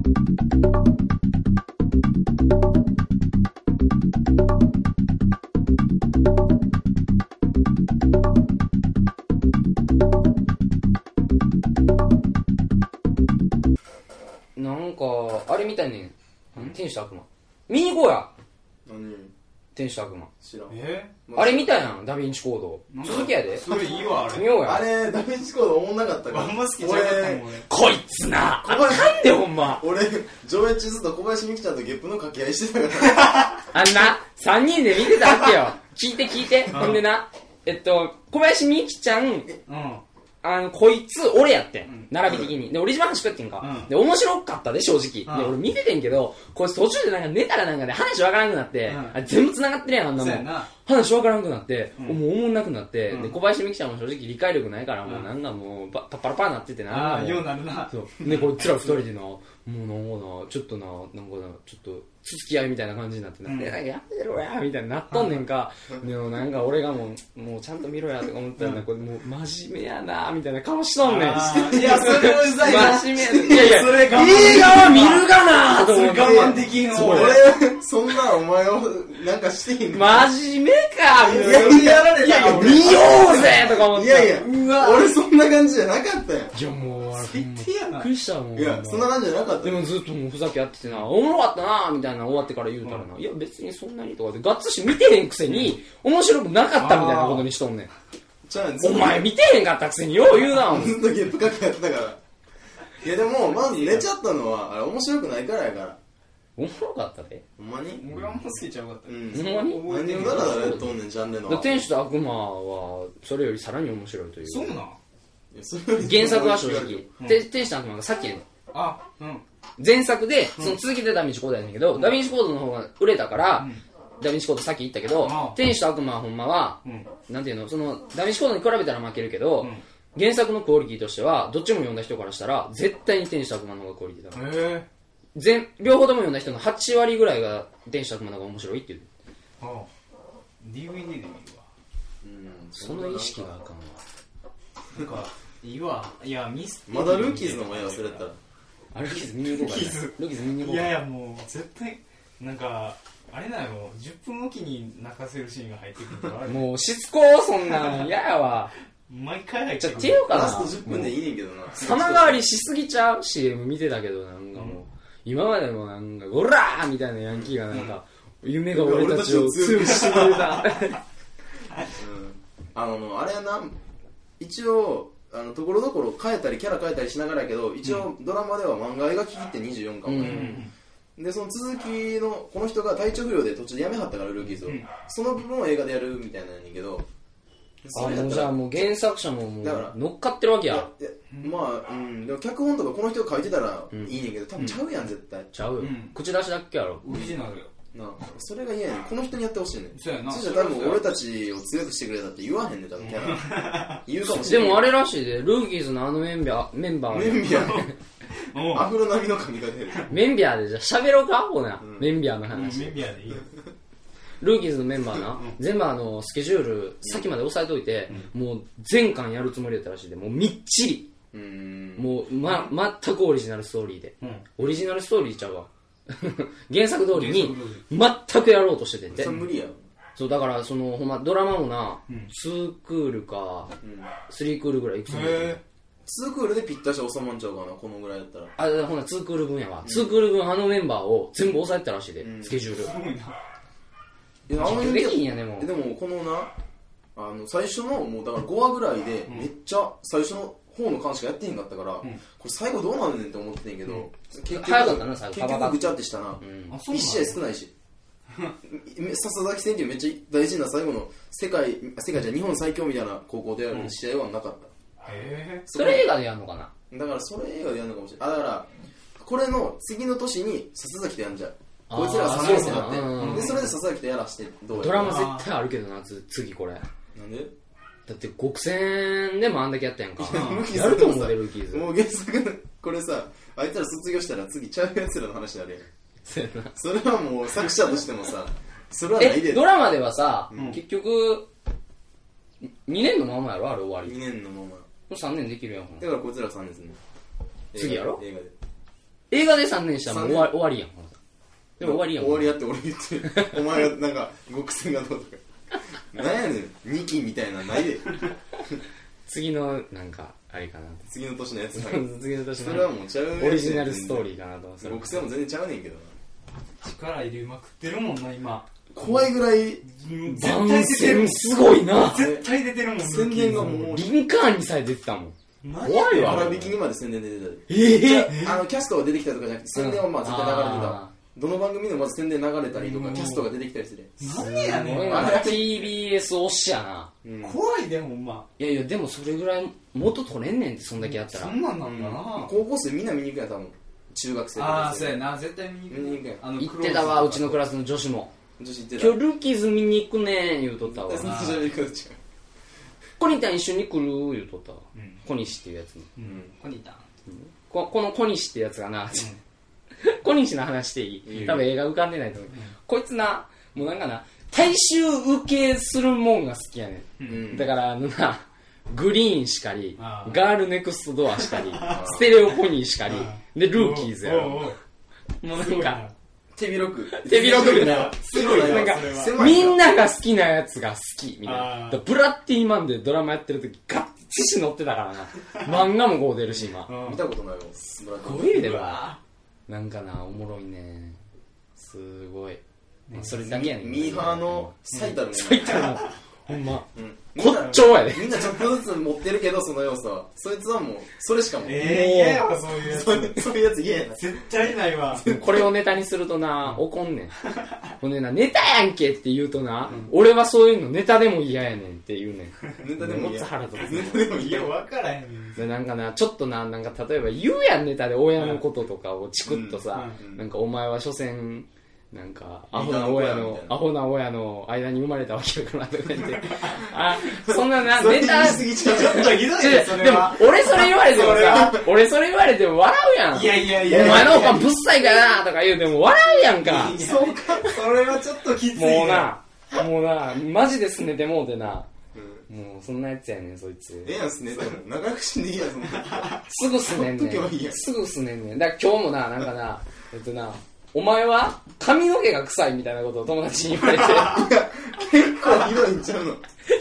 [SPEAKER 4] なんかあれみたいね天使と悪魔見に行こうや
[SPEAKER 3] 何
[SPEAKER 4] 天使と悪魔
[SPEAKER 3] 知らん
[SPEAKER 2] え
[SPEAKER 4] あれ見たやんダヴィンチコード続きやで
[SPEAKER 2] それいいわあ
[SPEAKER 4] 見
[SPEAKER 2] れ
[SPEAKER 4] よう
[SPEAKER 3] あ
[SPEAKER 4] や
[SPEAKER 3] れダメージコード思んなかったから
[SPEAKER 2] あんま好きじゃなかったもん俺
[SPEAKER 4] こいつなあ
[SPEAKER 3] 小林
[SPEAKER 4] かんでほんま
[SPEAKER 3] 俺上映中ずっと小林美樹ちゃんとゲップの掛け合いしてたから
[SPEAKER 4] あんな、3人で見てたわけよ。 聞いて聞いて。ほんでな、えっと、小林美樹ちゃん、
[SPEAKER 2] うん
[SPEAKER 4] あの、こいつ、俺やって
[SPEAKER 2] ん
[SPEAKER 4] ん。並び的に。で、俺一番端食ってん
[SPEAKER 2] う
[SPEAKER 4] か
[SPEAKER 2] ん。
[SPEAKER 4] で、面白かったで、正直。で、
[SPEAKER 2] うん
[SPEAKER 4] 俺見ててんけど、こいつ途中でなんか寝たらなんかね、話わからんくなって
[SPEAKER 2] うん、
[SPEAKER 4] あ全部繋がってるやん、あんな
[SPEAKER 2] そう
[SPEAKER 4] も
[SPEAKER 2] や
[SPEAKER 4] ん。
[SPEAKER 2] な
[SPEAKER 4] 話わからんくなって、
[SPEAKER 2] うん
[SPEAKER 4] もう思んなくなって、
[SPEAKER 2] うん
[SPEAKER 4] で、小林美樹ちゃんも正直理解力ないから、も
[SPEAKER 2] う
[SPEAKER 4] うんなんかもう、パパッパラパーなっててな。
[SPEAKER 2] ああ
[SPEAKER 4] もう
[SPEAKER 2] ようなるな
[SPEAKER 4] そう。で、こいつら二人でな、もうなんかな、ちょっとな、なんかな、ちょっと、つつき合いみたいな感じになってな、
[SPEAKER 2] うん
[SPEAKER 4] えなんかやめろやみたいになっとんねんか、でもなんか俺がもう、もうちゃんと見ろやとか思ったらな、
[SPEAKER 2] うん
[SPEAKER 4] これもう真面目やなみたいな顔しとんねん。
[SPEAKER 2] あーいやそれはうざいな
[SPEAKER 4] 真面目やないやい
[SPEAKER 2] そ
[SPEAKER 4] や、
[SPEAKER 2] れ我慢できんわ
[SPEAKER 4] 映画は見るがなと
[SPEAKER 2] それ
[SPEAKER 4] 思って。
[SPEAKER 2] 我慢できんわ俺
[SPEAKER 3] 俺そんなお前をなんかしてへんから
[SPEAKER 4] 真面目かみたいな。
[SPEAKER 3] いややられた
[SPEAKER 2] いやいや
[SPEAKER 4] 見ようぜとか思っ
[SPEAKER 3] い
[SPEAKER 4] て。
[SPEAKER 3] やいや
[SPEAKER 4] うわ
[SPEAKER 3] 俺そんな感じじゃなかったや
[SPEAKER 4] いやもう、あれ
[SPEAKER 2] 最低や
[SPEAKER 4] びっ
[SPEAKER 2] な
[SPEAKER 4] くりしたもん。
[SPEAKER 3] んいやそんな感じじゃなかった
[SPEAKER 4] で
[SPEAKER 3] よ
[SPEAKER 4] もずっともうふざけやっててな、おもろかったなみたいな終わってから言うたらな、いや別にそんなにとかで、ガッツし見てへんくせに、面白くなかったみたいなことにしとんねん。
[SPEAKER 3] じゃあずっ
[SPEAKER 4] お
[SPEAKER 3] と
[SPEAKER 4] 前見てへんかったくせによう言うな、お前
[SPEAKER 3] ずっとゲップ掛け合ってたからいやでもまず寝ちゃったのはあれ面白くないからやから
[SPEAKER 4] おもろかったで。
[SPEAKER 3] ほんまに
[SPEAKER 2] 俺あんま好きちゃうかった
[SPEAKER 3] うん
[SPEAKER 4] ほんまに
[SPEAKER 3] 何をだらだらやっとんねんジャンル
[SPEAKER 4] だ
[SPEAKER 3] の
[SPEAKER 4] から天使と悪魔は、それよりさらに面白いという。
[SPEAKER 2] そうなん
[SPEAKER 3] いやそれより
[SPEAKER 4] 原作は正直、
[SPEAKER 2] うん
[SPEAKER 4] て天使と悪魔がさっきやねん
[SPEAKER 2] あうん
[SPEAKER 4] 前作で、その続きでダヴィンチコードやねんけど、ダヴィンチコードの方が売れたから、ダヴィンチコードさっき言ったけど
[SPEAKER 2] ああ
[SPEAKER 4] 天使と悪魔はほんまは
[SPEAKER 2] うん
[SPEAKER 4] なんていうのそのダヴィンチコードに比べたら負けるけど、
[SPEAKER 2] うん
[SPEAKER 4] 原作のクオリティとしてはどっちも読んだ人からしたら絶対に天使と悪魔の方がクオリティだから
[SPEAKER 2] え
[SPEAKER 4] 全両方とも読んだ人の8割ぐらいが天使と悪魔の方が面白いっていう
[SPEAKER 2] ー、ああ DVD でいいわ
[SPEAKER 3] うん
[SPEAKER 4] その意識があかんわ
[SPEAKER 2] なんかいいわいやミス
[SPEAKER 3] まだルーキーズの前忘れてたら
[SPEAKER 4] あルキズ見に行こうかなルキズ見に行こ
[SPEAKER 2] いう
[SPEAKER 4] か
[SPEAKER 2] やい
[SPEAKER 4] な
[SPEAKER 2] やもう絶対なんかあれなよ10分おきに泣かせるシーンが入ってくるからあれ
[SPEAKER 4] もうしつこーそんなん嫌やわ
[SPEAKER 2] 毎回入っ
[SPEAKER 4] ち
[SPEAKER 2] て
[SPEAKER 4] ょっ
[SPEAKER 2] く
[SPEAKER 4] てい
[SPEAKER 2] る
[SPEAKER 4] うかな
[SPEAKER 3] ラスト10分でいいねんけどな
[SPEAKER 4] 様変わりしすぎちゃう CM 見てたけどなんかもう、今までもなんか「ゴラー!」みたいなヤンキーがなんか、夢が俺たちを強くしてくれた
[SPEAKER 3] うんあのあれやな一応あのところどころ変えたりキャラ変えたりしながらやけど一応ドラマでは漫画描き切って24巻まで、
[SPEAKER 4] ん
[SPEAKER 3] でその続きのこの人が体調不良で途中で辞めはったからルーキーズを、
[SPEAKER 2] うん
[SPEAKER 3] その部分を映画でやるみたいなんやけど
[SPEAKER 4] あ
[SPEAKER 3] それや
[SPEAKER 4] もう
[SPEAKER 3] った
[SPEAKER 4] じ
[SPEAKER 3] ら
[SPEAKER 4] ゃあもう原作者もも
[SPEAKER 3] だから
[SPEAKER 4] う乗っかってるわけ
[SPEAKER 3] い
[SPEAKER 4] や
[SPEAKER 3] やいやまあ、うん、でも脚本とかこの人が書いてたら
[SPEAKER 4] うん
[SPEAKER 3] いいねんけど多分ちゃうやん絶対
[SPEAKER 4] ちゃうよ、
[SPEAKER 2] うん
[SPEAKER 4] 口出しだっけやろ
[SPEAKER 2] オリジナルよ
[SPEAKER 3] なあそれが嫌やねんこの人にやってほしいねん
[SPEAKER 2] そうやな
[SPEAKER 3] じゃ多分俺たちを強くしてくれたって言わへんねん多分キャラ 言うかもし
[SPEAKER 4] で
[SPEAKER 3] れん
[SPEAKER 4] もあれらしいでルーキーズのあのメンバーメンバー
[SPEAKER 3] メンビアの
[SPEAKER 2] お
[SPEAKER 3] アフロ並みの髪型やる
[SPEAKER 4] メンビアでじゃあ喋ろうかほな、
[SPEAKER 3] ん
[SPEAKER 4] メンビアの
[SPEAKER 2] うん
[SPEAKER 4] 話、
[SPEAKER 2] メビアでいいよ
[SPEAKER 4] ルーキーズのメンバーな、全部あのスケジュール先まで押さえといて、もう全巻やるつもりだったらしいでもうみっちり
[SPEAKER 3] うーん
[SPEAKER 4] もう、ま、全くオリジナルストーリーで、
[SPEAKER 2] うん
[SPEAKER 4] オリジナルストーリーちゃうわ 原作通りに
[SPEAKER 2] 原作通
[SPEAKER 4] 全くやろうとしててんて
[SPEAKER 3] それ無理やろ
[SPEAKER 4] そうだからそのほんまドラマもな、
[SPEAKER 2] うん
[SPEAKER 4] ツークールか
[SPEAKER 3] うん
[SPEAKER 4] スリークールぐらいいくつもやってて
[SPEAKER 2] へ
[SPEAKER 3] 2クールでぴったし収まんちゃうかなこのぐらいだったら
[SPEAKER 4] あほなツークール分やわ、ツークール分あのメンバーを全部押さえてたらしいで、
[SPEAKER 3] うん
[SPEAKER 4] スケジュール
[SPEAKER 2] えすごいな
[SPEAKER 3] でもあの
[SPEAKER 4] できんやねもう
[SPEAKER 3] でもこのなあの最初のもうだから5話ぐらいでめっちゃ最初の方の感しかやってへんかったから、これ最後どうなんねんって思ってんけど、
[SPEAKER 2] うん
[SPEAKER 3] 結局
[SPEAKER 4] 早かったな最後
[SPEAKER 3] 結
[SPEAKER 4] パパパ
[SPEAKER 3] 局ぐちゃってした
[SPEAKER 4] う
[SPEAKER 3] な、
[SPEAKER 4] ん
[SPEAKER 2] あそう
[SPEAKER 3] 一
[SPEAKER 2] なん
[SPEAKER 3] 試合少な いしめ笹崎選手めっちゃ大事な最後の世界世界じゃ日本最強みたいな高校でやる試合はなかった、
[SPEAKER 2] へえ
[SPEAKER 4] それ映画でやるのかな
[SPEAKER 3] だからそれ映画でやるのかもしれないあだからこれの次の年に笹崎とやんじゃうこいつらが3年生にな
[SPEAKER 4] あーそうなん
[SPEAKER 3] っ
[SPEAKER 4] だ
[SPEAKER 3] てでそれで笹崎とやらしてどうや
[SPEAKER 4] ドラマ絶対あるけどなつ次これ
[SPEAKER 3] なんで
[SPEAKER 4] だって極戦でもあんだけやったやんか
[SPEAKER 3] 無 傷
[SPEAKER 4] やると思うでルーキーズ
[SPEAKER 3] もう原作のこれさあいつら卒業したら次ちゃうやつらの話になるやん
[SPEAKER 4] そうやな
[SPEAKER 3] それはもう作者として もさそれはない
[SPEAKER 4] え
[SPEAKER 3] で
[SPEAKER 4] ドラマではさ、
[SPEAKER 2] ん
[SPEAKER 4] 結局2年のままやろあれ終わり
[SPEAKER 3] 2年のまま
[SPEAKER 4] 3年できるやんほな
[SPEAKER 3] だからこいつら3年ですね
[SPEAKER 4] 次やろ
[SPEAKER 3] 映画で
[SPEAKER 4] 映画で3年したらもう終わ終わりやんほなでも終わりやん
[SPEAKER 3] 終わりやって俺言ってるお前がなんか極戦がどうとかなんやねん2期みたいなのないで
[SPEAKER 4] 次のなんかあれ かな
[SPEAKER 3] 次の年のやつ ら
[SPEAKER 4] 次の年
[SPEAKER 3] それはもうちゃうやつ
[SPEAKER 4] オリジナルストーリーかなと思って
[SPEAKER 3] 極戦も全然ちゃうねんけどな
[SPEAKER 2] 力入れまくってるもんな今
[SPEAKER 3] 怖いぐらい
[SPEAKER 2] 絶
[SPEAKER 4] 番
[SPEAKER 2] 対出て
[SPEAKER 4] 宣
[SPEAKER 2] る
[SPEAKER 4] すごいな
[SPEAKER 2] 絶対出てるもん
[SPEAKER 3] 宣伝がもう
[SPEAKER 4] リンカーンにさえ出てたもん
[SPEAKER 2] マジで
[SPEAKER 4] 怖いわ
[SPEAKER 3] 腹引きにまで宣伝で出てたで
[SPEAKER 4] ええ
[SPEAKER 3] あのキャストが出てきたとかじゃなくて宣伝はまあ絶対流れてたわどの番組でもまず宣伝流れたりとか
[SPEAKER 2] うん
[SPEAKER 3] キャストが出てきたりする
[SPEAKER 2] 何やねんあ
[SPEAKER 4] TBS 推しやな
[SPEAKER 3] うん
[SPEAKER 2] れ怖いでほんま
[SPEAKER 4] いやいやでもそれぐらい元取れんねんってそんだけやったら
[SPEAKER 2] そんなんなんだな
[SPEAKER 3] 高校生みんな見に行くやん多分中学生と
[SPEAKER 2] あ
[SPEAKER 3] か
[SPEAKER 2] あそうやな絶対見に
[SPEAKER 3] 見に行くやん
[SPEAKER 2] あの
[SPEAKER 4] 言ってたわうちの
[SPEAKER 2] ク
[SPEAKER 4] クラスの女子も
[SPEAKER 3] 女子行っ
[SPEAKER 4] 「
[SPEAKER 3] てた
[SPEAKER 4] 今日ルーキーズ見に行くねん」言うとったわ
[SPEAKER 3] 絶対その女子行 くやつちゃ
[SPEAKER 4] コニタン一緒に来る言うとったわ、
[SPEAKER 2] ん
[SPEAKER 4] 小西っていうやつに
[SPEAKER 2] ローズうんここにいた
[SPEAKER 4] ここの小西ってやつがな、 小西の話していい、
[SPEAKER 3] うん
[SPEAKER 4] 多分映画浮かんでないと思う、こいつなもうなんかな大衆受けするもんが好きやね、
[SPEAKER 3] うんうん
[SPEAKER 4] だからあのなグリーンしかり
[SPEAKER 2] あ
[SPEAKER 4] ガ
[SPEAKER 2] ー
[SPEAKER 4] ールネクストドアしかりステレオポニーしかりでルーキーズやろ
[SPEAKER 2] おうおう
[SPEAKER 4] もう
[SPEAKER 2] お
[SPEAKER 4] な
[SPEAKER 2] うん
[SPEAKER 4] か
[SPEAKER 3] 手広く
[SPEAKER 4] 手広くな
[SPEAKER 2] すごいな
[SPEAKER 4] なんか
[SPEAKER 2] それは
[SPEAKER 3] 狭い
[SPEAKER 4] みんなが好きなやつが好きみたいな
[SPEAKER 2] あー
[SPEAKER 4] だからブラッティマンでドラマやってる時ガッチシ乗ってたからな漫画もこう出るし今
[SPEAKER 2] うん
[SPEAKER 3] 見たことないわブラック
[SPEAKER 4] ごいで
[SPEAKER 2] う
[SPEAKER 4] わ
[SPEAKER 2] わ
[SPEAKER 4] なんかなおもろいねすごい、まあそれだけやねん
[SPEAKER 3] ミーハーの最たるもの
[SPEAKER 4] 最たるもんほんま
[SPEAKER 3] うん
[SPEAKER 4] こっちょやで
[SPEAKER 3] みんなちょっとずつ持ってるけどその要素はそいつはもうそれしかもう
[SPEAKER 2] ええ
[SPEAKER 4] もう
[SPEAKER 2] 嫌やわそういうや
[SPEAKER 3] そう
[SPEAKER 2] つ
[SPEAKER 3] いうそういうやつ嫌やな
[SPEAKER 2] 絶対ないわ
[SPEAKER 4] これをネタにするとな怒んねんほんでなネタやんけって言うとな、俺はそういうのネタでも嫌やねんって言うねん
[SPEAKER 3] ネ タでも
[SPEAKER 4] も
[SPEAKER 3] 嫌
[SPEAKER 4] っと腹立つ
[SPEAKER 3] ネタでも
[SPEAKER 2] い
[SPEAKER 3] 嫌
[SPEAKER 2] や分からへんねん
[SPEAKER 4] でなんかなちょっとななんか例えば言うやんネタで親のこととかをチクッとさ、
[SPEAKER 2] うん
[SPEAKER 3] うん
[SPEAKER 4] なんかお前は所詮なんか、アホな親
[SPEAKER 3] み
[SPEAKER 4] の
[SPEAKER 3] たい、な
[SPEAKER 4] アホな親の間に生まれたわけやからとか言って。あ、そんなな、
[SPEAKER 3] それ
[SPEAKER 4] ネ
[SPEAKER 3] 言
[SPEAKER 4] タ、
[SPEAKER 3] い過ぎちゃう
[SPEAKER 2] ちょっとひどいね、それ
[SPEAKER 4] でも
[SPEAKER 2] は。、
[SPEAKER 4] 俺それ言われても
[SPEAKER 2] それ
[SPEAKER 4] さ
[SPEAKER 2] は、
[SPEAKER 4] 俺それ言われても笑うやん。
[SPEAKER 2] いやいやい
[SPEAKER 4] お
[SPEAKER 2] や。
[SPEAKER 4] 前の方がぶっさいからなとか言うても笑うやんか。
[SPEAKER 2] そうか、それはちょっときつい。
[SPEAKER 4] もう。な、もうな、マジですねてもうてな。
[SPEAKER 3] うん
[SPEAKER 4] もうそんなやつやねん、そいつ。
[SPEAKER 3] ええやんすねでも長くしんでいいやんそんな
[SPEAKER 4] すぐすねんね
[SPEAKER 3] ほっとけばいいや
[SPEAKER 4] ん。
[SPEAKER 3] ん
[SPEAKER 4] すぐすねんねん。だから今日もな、なんかな、えっとな、お前は髪の毛が臭いみたいなことを友達に言われて。
[SPEAKER 3] 結構ひどいんちゃうの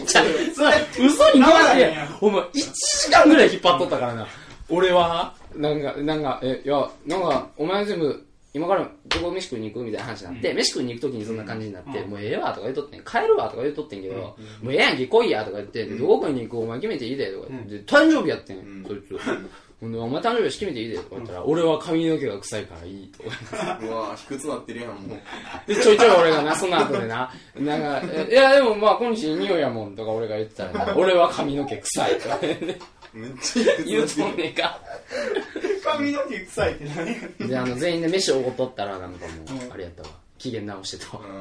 [SPEAKER 4] じゃあそれ、 嘘に
[SPEAKER 2] 合
[SPEAKER 4] マ
[SPEAKER 2] わ
[SPEAKER 4] ジ
[SPEAKER 2] ない
[SPEAKER 4] で
[SPEAKER 2] やん、
[SPEAKER 4] お前、1時間ぐらい引っ張っとったからな。俺はなんか、なんか、え、いや、なんか、お前全部、今からどこ飯食いに行くみたいな話になって、飯食いに行くときにそんな感じになって、
[SPEAKER 2] うん
[SPEAKER 4] もうええわとか言っとってん、帰るわとか言っとってんけど、もうええやんけ来いやとか言って、どこ食いに行くお前決めていいでとか言って、誕生日やってん、
[SPEAKER 3] ん
[SPEAKER 4] そいつ。ほんで、お前誕生日決めていいでとか言ったら、俺は髪の毛が臭いからいいとか言って
[SPEAKER 3] うわ卑屈なってるやんもう
[SPEAKER 4] で、ちょいちょい俺がな、その後でな、なんか、えいや、でもまあ、今日匂いやもんとか俺が言ってたらな、俺は髪の毛臭いとか
[SPEAKER 3] めっちゃ
[SPEAKER 4] 言
[SPEAKER 3] 卑
[SPEAKER 4] う
[SPEAKER 3] 屈
[SPEAKER 4] と
[SPEAKER 3] なっ
[SPEAKER 4] んねんか。
[SPEAKER 2] 髪の毛臭いって何
[SPEAKER 4] で、あの、全員で飯おごっとったら、なんかも
[SPEAKER 2] う
[SPEAKER 4] う、あれやったわ。機嫌直してたわ
[SPEAKER 3] て。る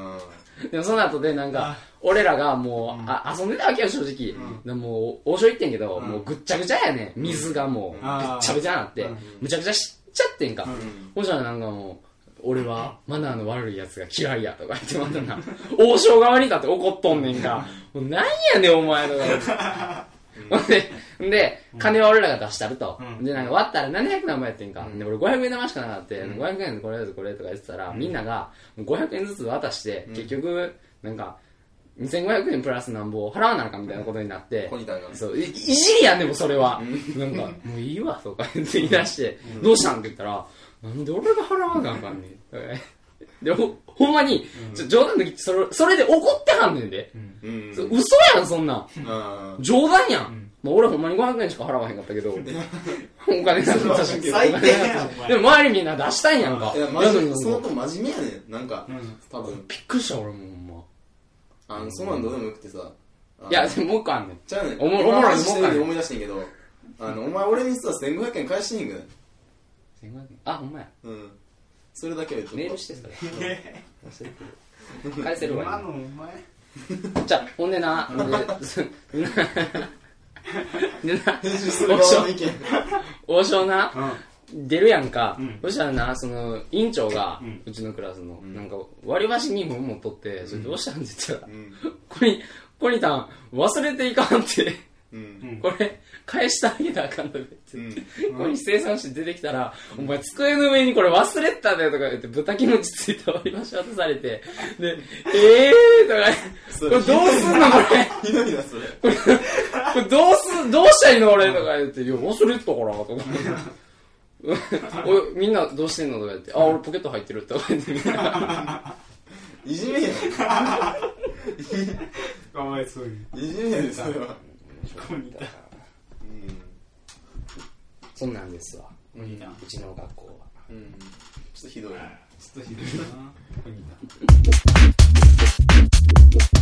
[SPEAKER 3] うん
[SPEAKER 4] でも、その後で、なんか
[SPEAKER 2] あ、
[SPEAKER 4] 俺らがもう、あ、遊んでたわけよ、正直。でもう、王将行ってんけど、もうぐっちゃぐちゃやねん。水がもう、ぐっ
[SPEAKER 2] あー
[SPEAKER 4] ちゃぐちゃなって
[SPEAKER 2] うん、
[SPEAKER 4] むちゃくちゃしちゃってんか。ほじゃなんかもう、俺はマナーの悪いやつが嫌いやとか言ってまたな、王将側にだって怒っとんねんか、もうなんやねんお前とか言って。ほんでほんで、金は俺らが出したると。
[SPEAKER 2] うん
[SPEAKER 4] で、なんか割ったら700何もやってんか。で、俺500円玉しかなかった。500円これこれとか言ってたら、みんながもう500円ずつ渡して、結局、なんか、2500円プラスなんぼ払わなあかんみたいなことになって、
[SPEAKER 3] コニタンが
[SPEAKER 4] そう、いいじりやんでもそれは。なんか、もういいわとか言って言い出して、どうしたんって言ったら、なんで俺が払わなあかんねんとか言って。で、ほ、ほんまに、ちょ冗談の時それ、それで怒ってはんねんで。
[SPEAKER 3] うん
[SPEAKER 4] そ嘘やん、そんなん。
[SPEAKER 3] あ
[SPEAKER 4] 冗談やん。まあ俺ほんまに500円しか払わへんかったけど、お金なかったし、
[SPEAKER 2] 最低やんお前
[SPEAKER 4] でも周りみんな出したんやんか。
[SPEAKER 3] ーいやマ
[SPEAKER 4] 宿
[SPEAKER 3] ジ
[SPEAKER 4] に
[SPEAKER 3] で
[SPEAKER 4] も
[SPEAKER 3] その子真面目やねんなんか
[SPEAKER 2] ん
[SPEAKER 3] 多分
[SPEAKER 4] びっくりした俺もほ
[SPEAKER 3] あのそんなんどうでもよくてさ
[SPEAKER 4] んま。いや、でももう一個あんねん。
[SPEAKER 3] じゃあね
[SPEAKER 4] おもろ
[SPEAKER 3] 今
[SPEAKER 4] おもろい
[SPEAKER 3] 話して
[SPEAKER 4] おもろ
[SPEAKER 3] る
[SPEAKER 4] い
[SPEAKER 3] で思い出してんけどあのお前俺にさ1500円返してんねんけ
[SPEAKER 4] 1500円あ、ほんまや。
[SPEAKER 3] どうんそれだけは言っとこう
[SPEAKER 4] メールしてそれ。返せるわ。
[SPEAKER 2] 今のお前。
[SPEAKER 4] じゃあ、ほん でな、ででな、
[SPEAKER 3] 編集する側の意見
[SPEAKER 4] 王将な、出るやんか、
[SPEAKER 2] うん
[SPEAKER 4] そしたらな、その、委員長が、
[SPEAKER 2] うん
[SPEAKER 4] うちのクラスの、なんか、割り箸2本持っとって、それどうしたんって言ったら、
[SPEAKER 3] うん
[SPEAKER 4] これ、コニタン、忘れていかんって、
[SPEAKER 3] うん
[SPEAKER 4] これ、返してあげなあかんとか
[SPEAKER 3] う
[SPEAKER 4] 言って。
[SPEAKER 3] ん
[SPEAKER 4] ここに生産して出てきたら、お前机の上にこれ忘れてたでとか言って、豚キムチついた割り箸渡されて、で、えーと
[SPEAKER 3] そ
[SPEAKER 4] か、こ
[SPEAKER 3] れ
[SPEAKER 4] れどうすんのこれ。
[SPEAKER 3] ひどいなそれ
[SPEAKER 4] これどうす、どうしたらいいの俺とか言って、いや、忘れてたから、とか 言って。おいみんなどうしてんのとか言って、あ、俺ポケット入ってるとか言って、みんな。
[SPEAKER 3] いじめやん
[SPEAKER 2] かわいそうに。
[SPEAKER 3] いじめやでそれは
[SPEAKER 2] ここにいた。
[SPEAKER 3] うん
[SPEAKER 4] そんなんですわ。
[SPEAKER 2] ここにいた。ちょ
[SPEAKER 4] うちの学校は。
[SPEAKER 3] うんちょっとひどいな
[SPEAKER 2] っとひどいな。ここにいた。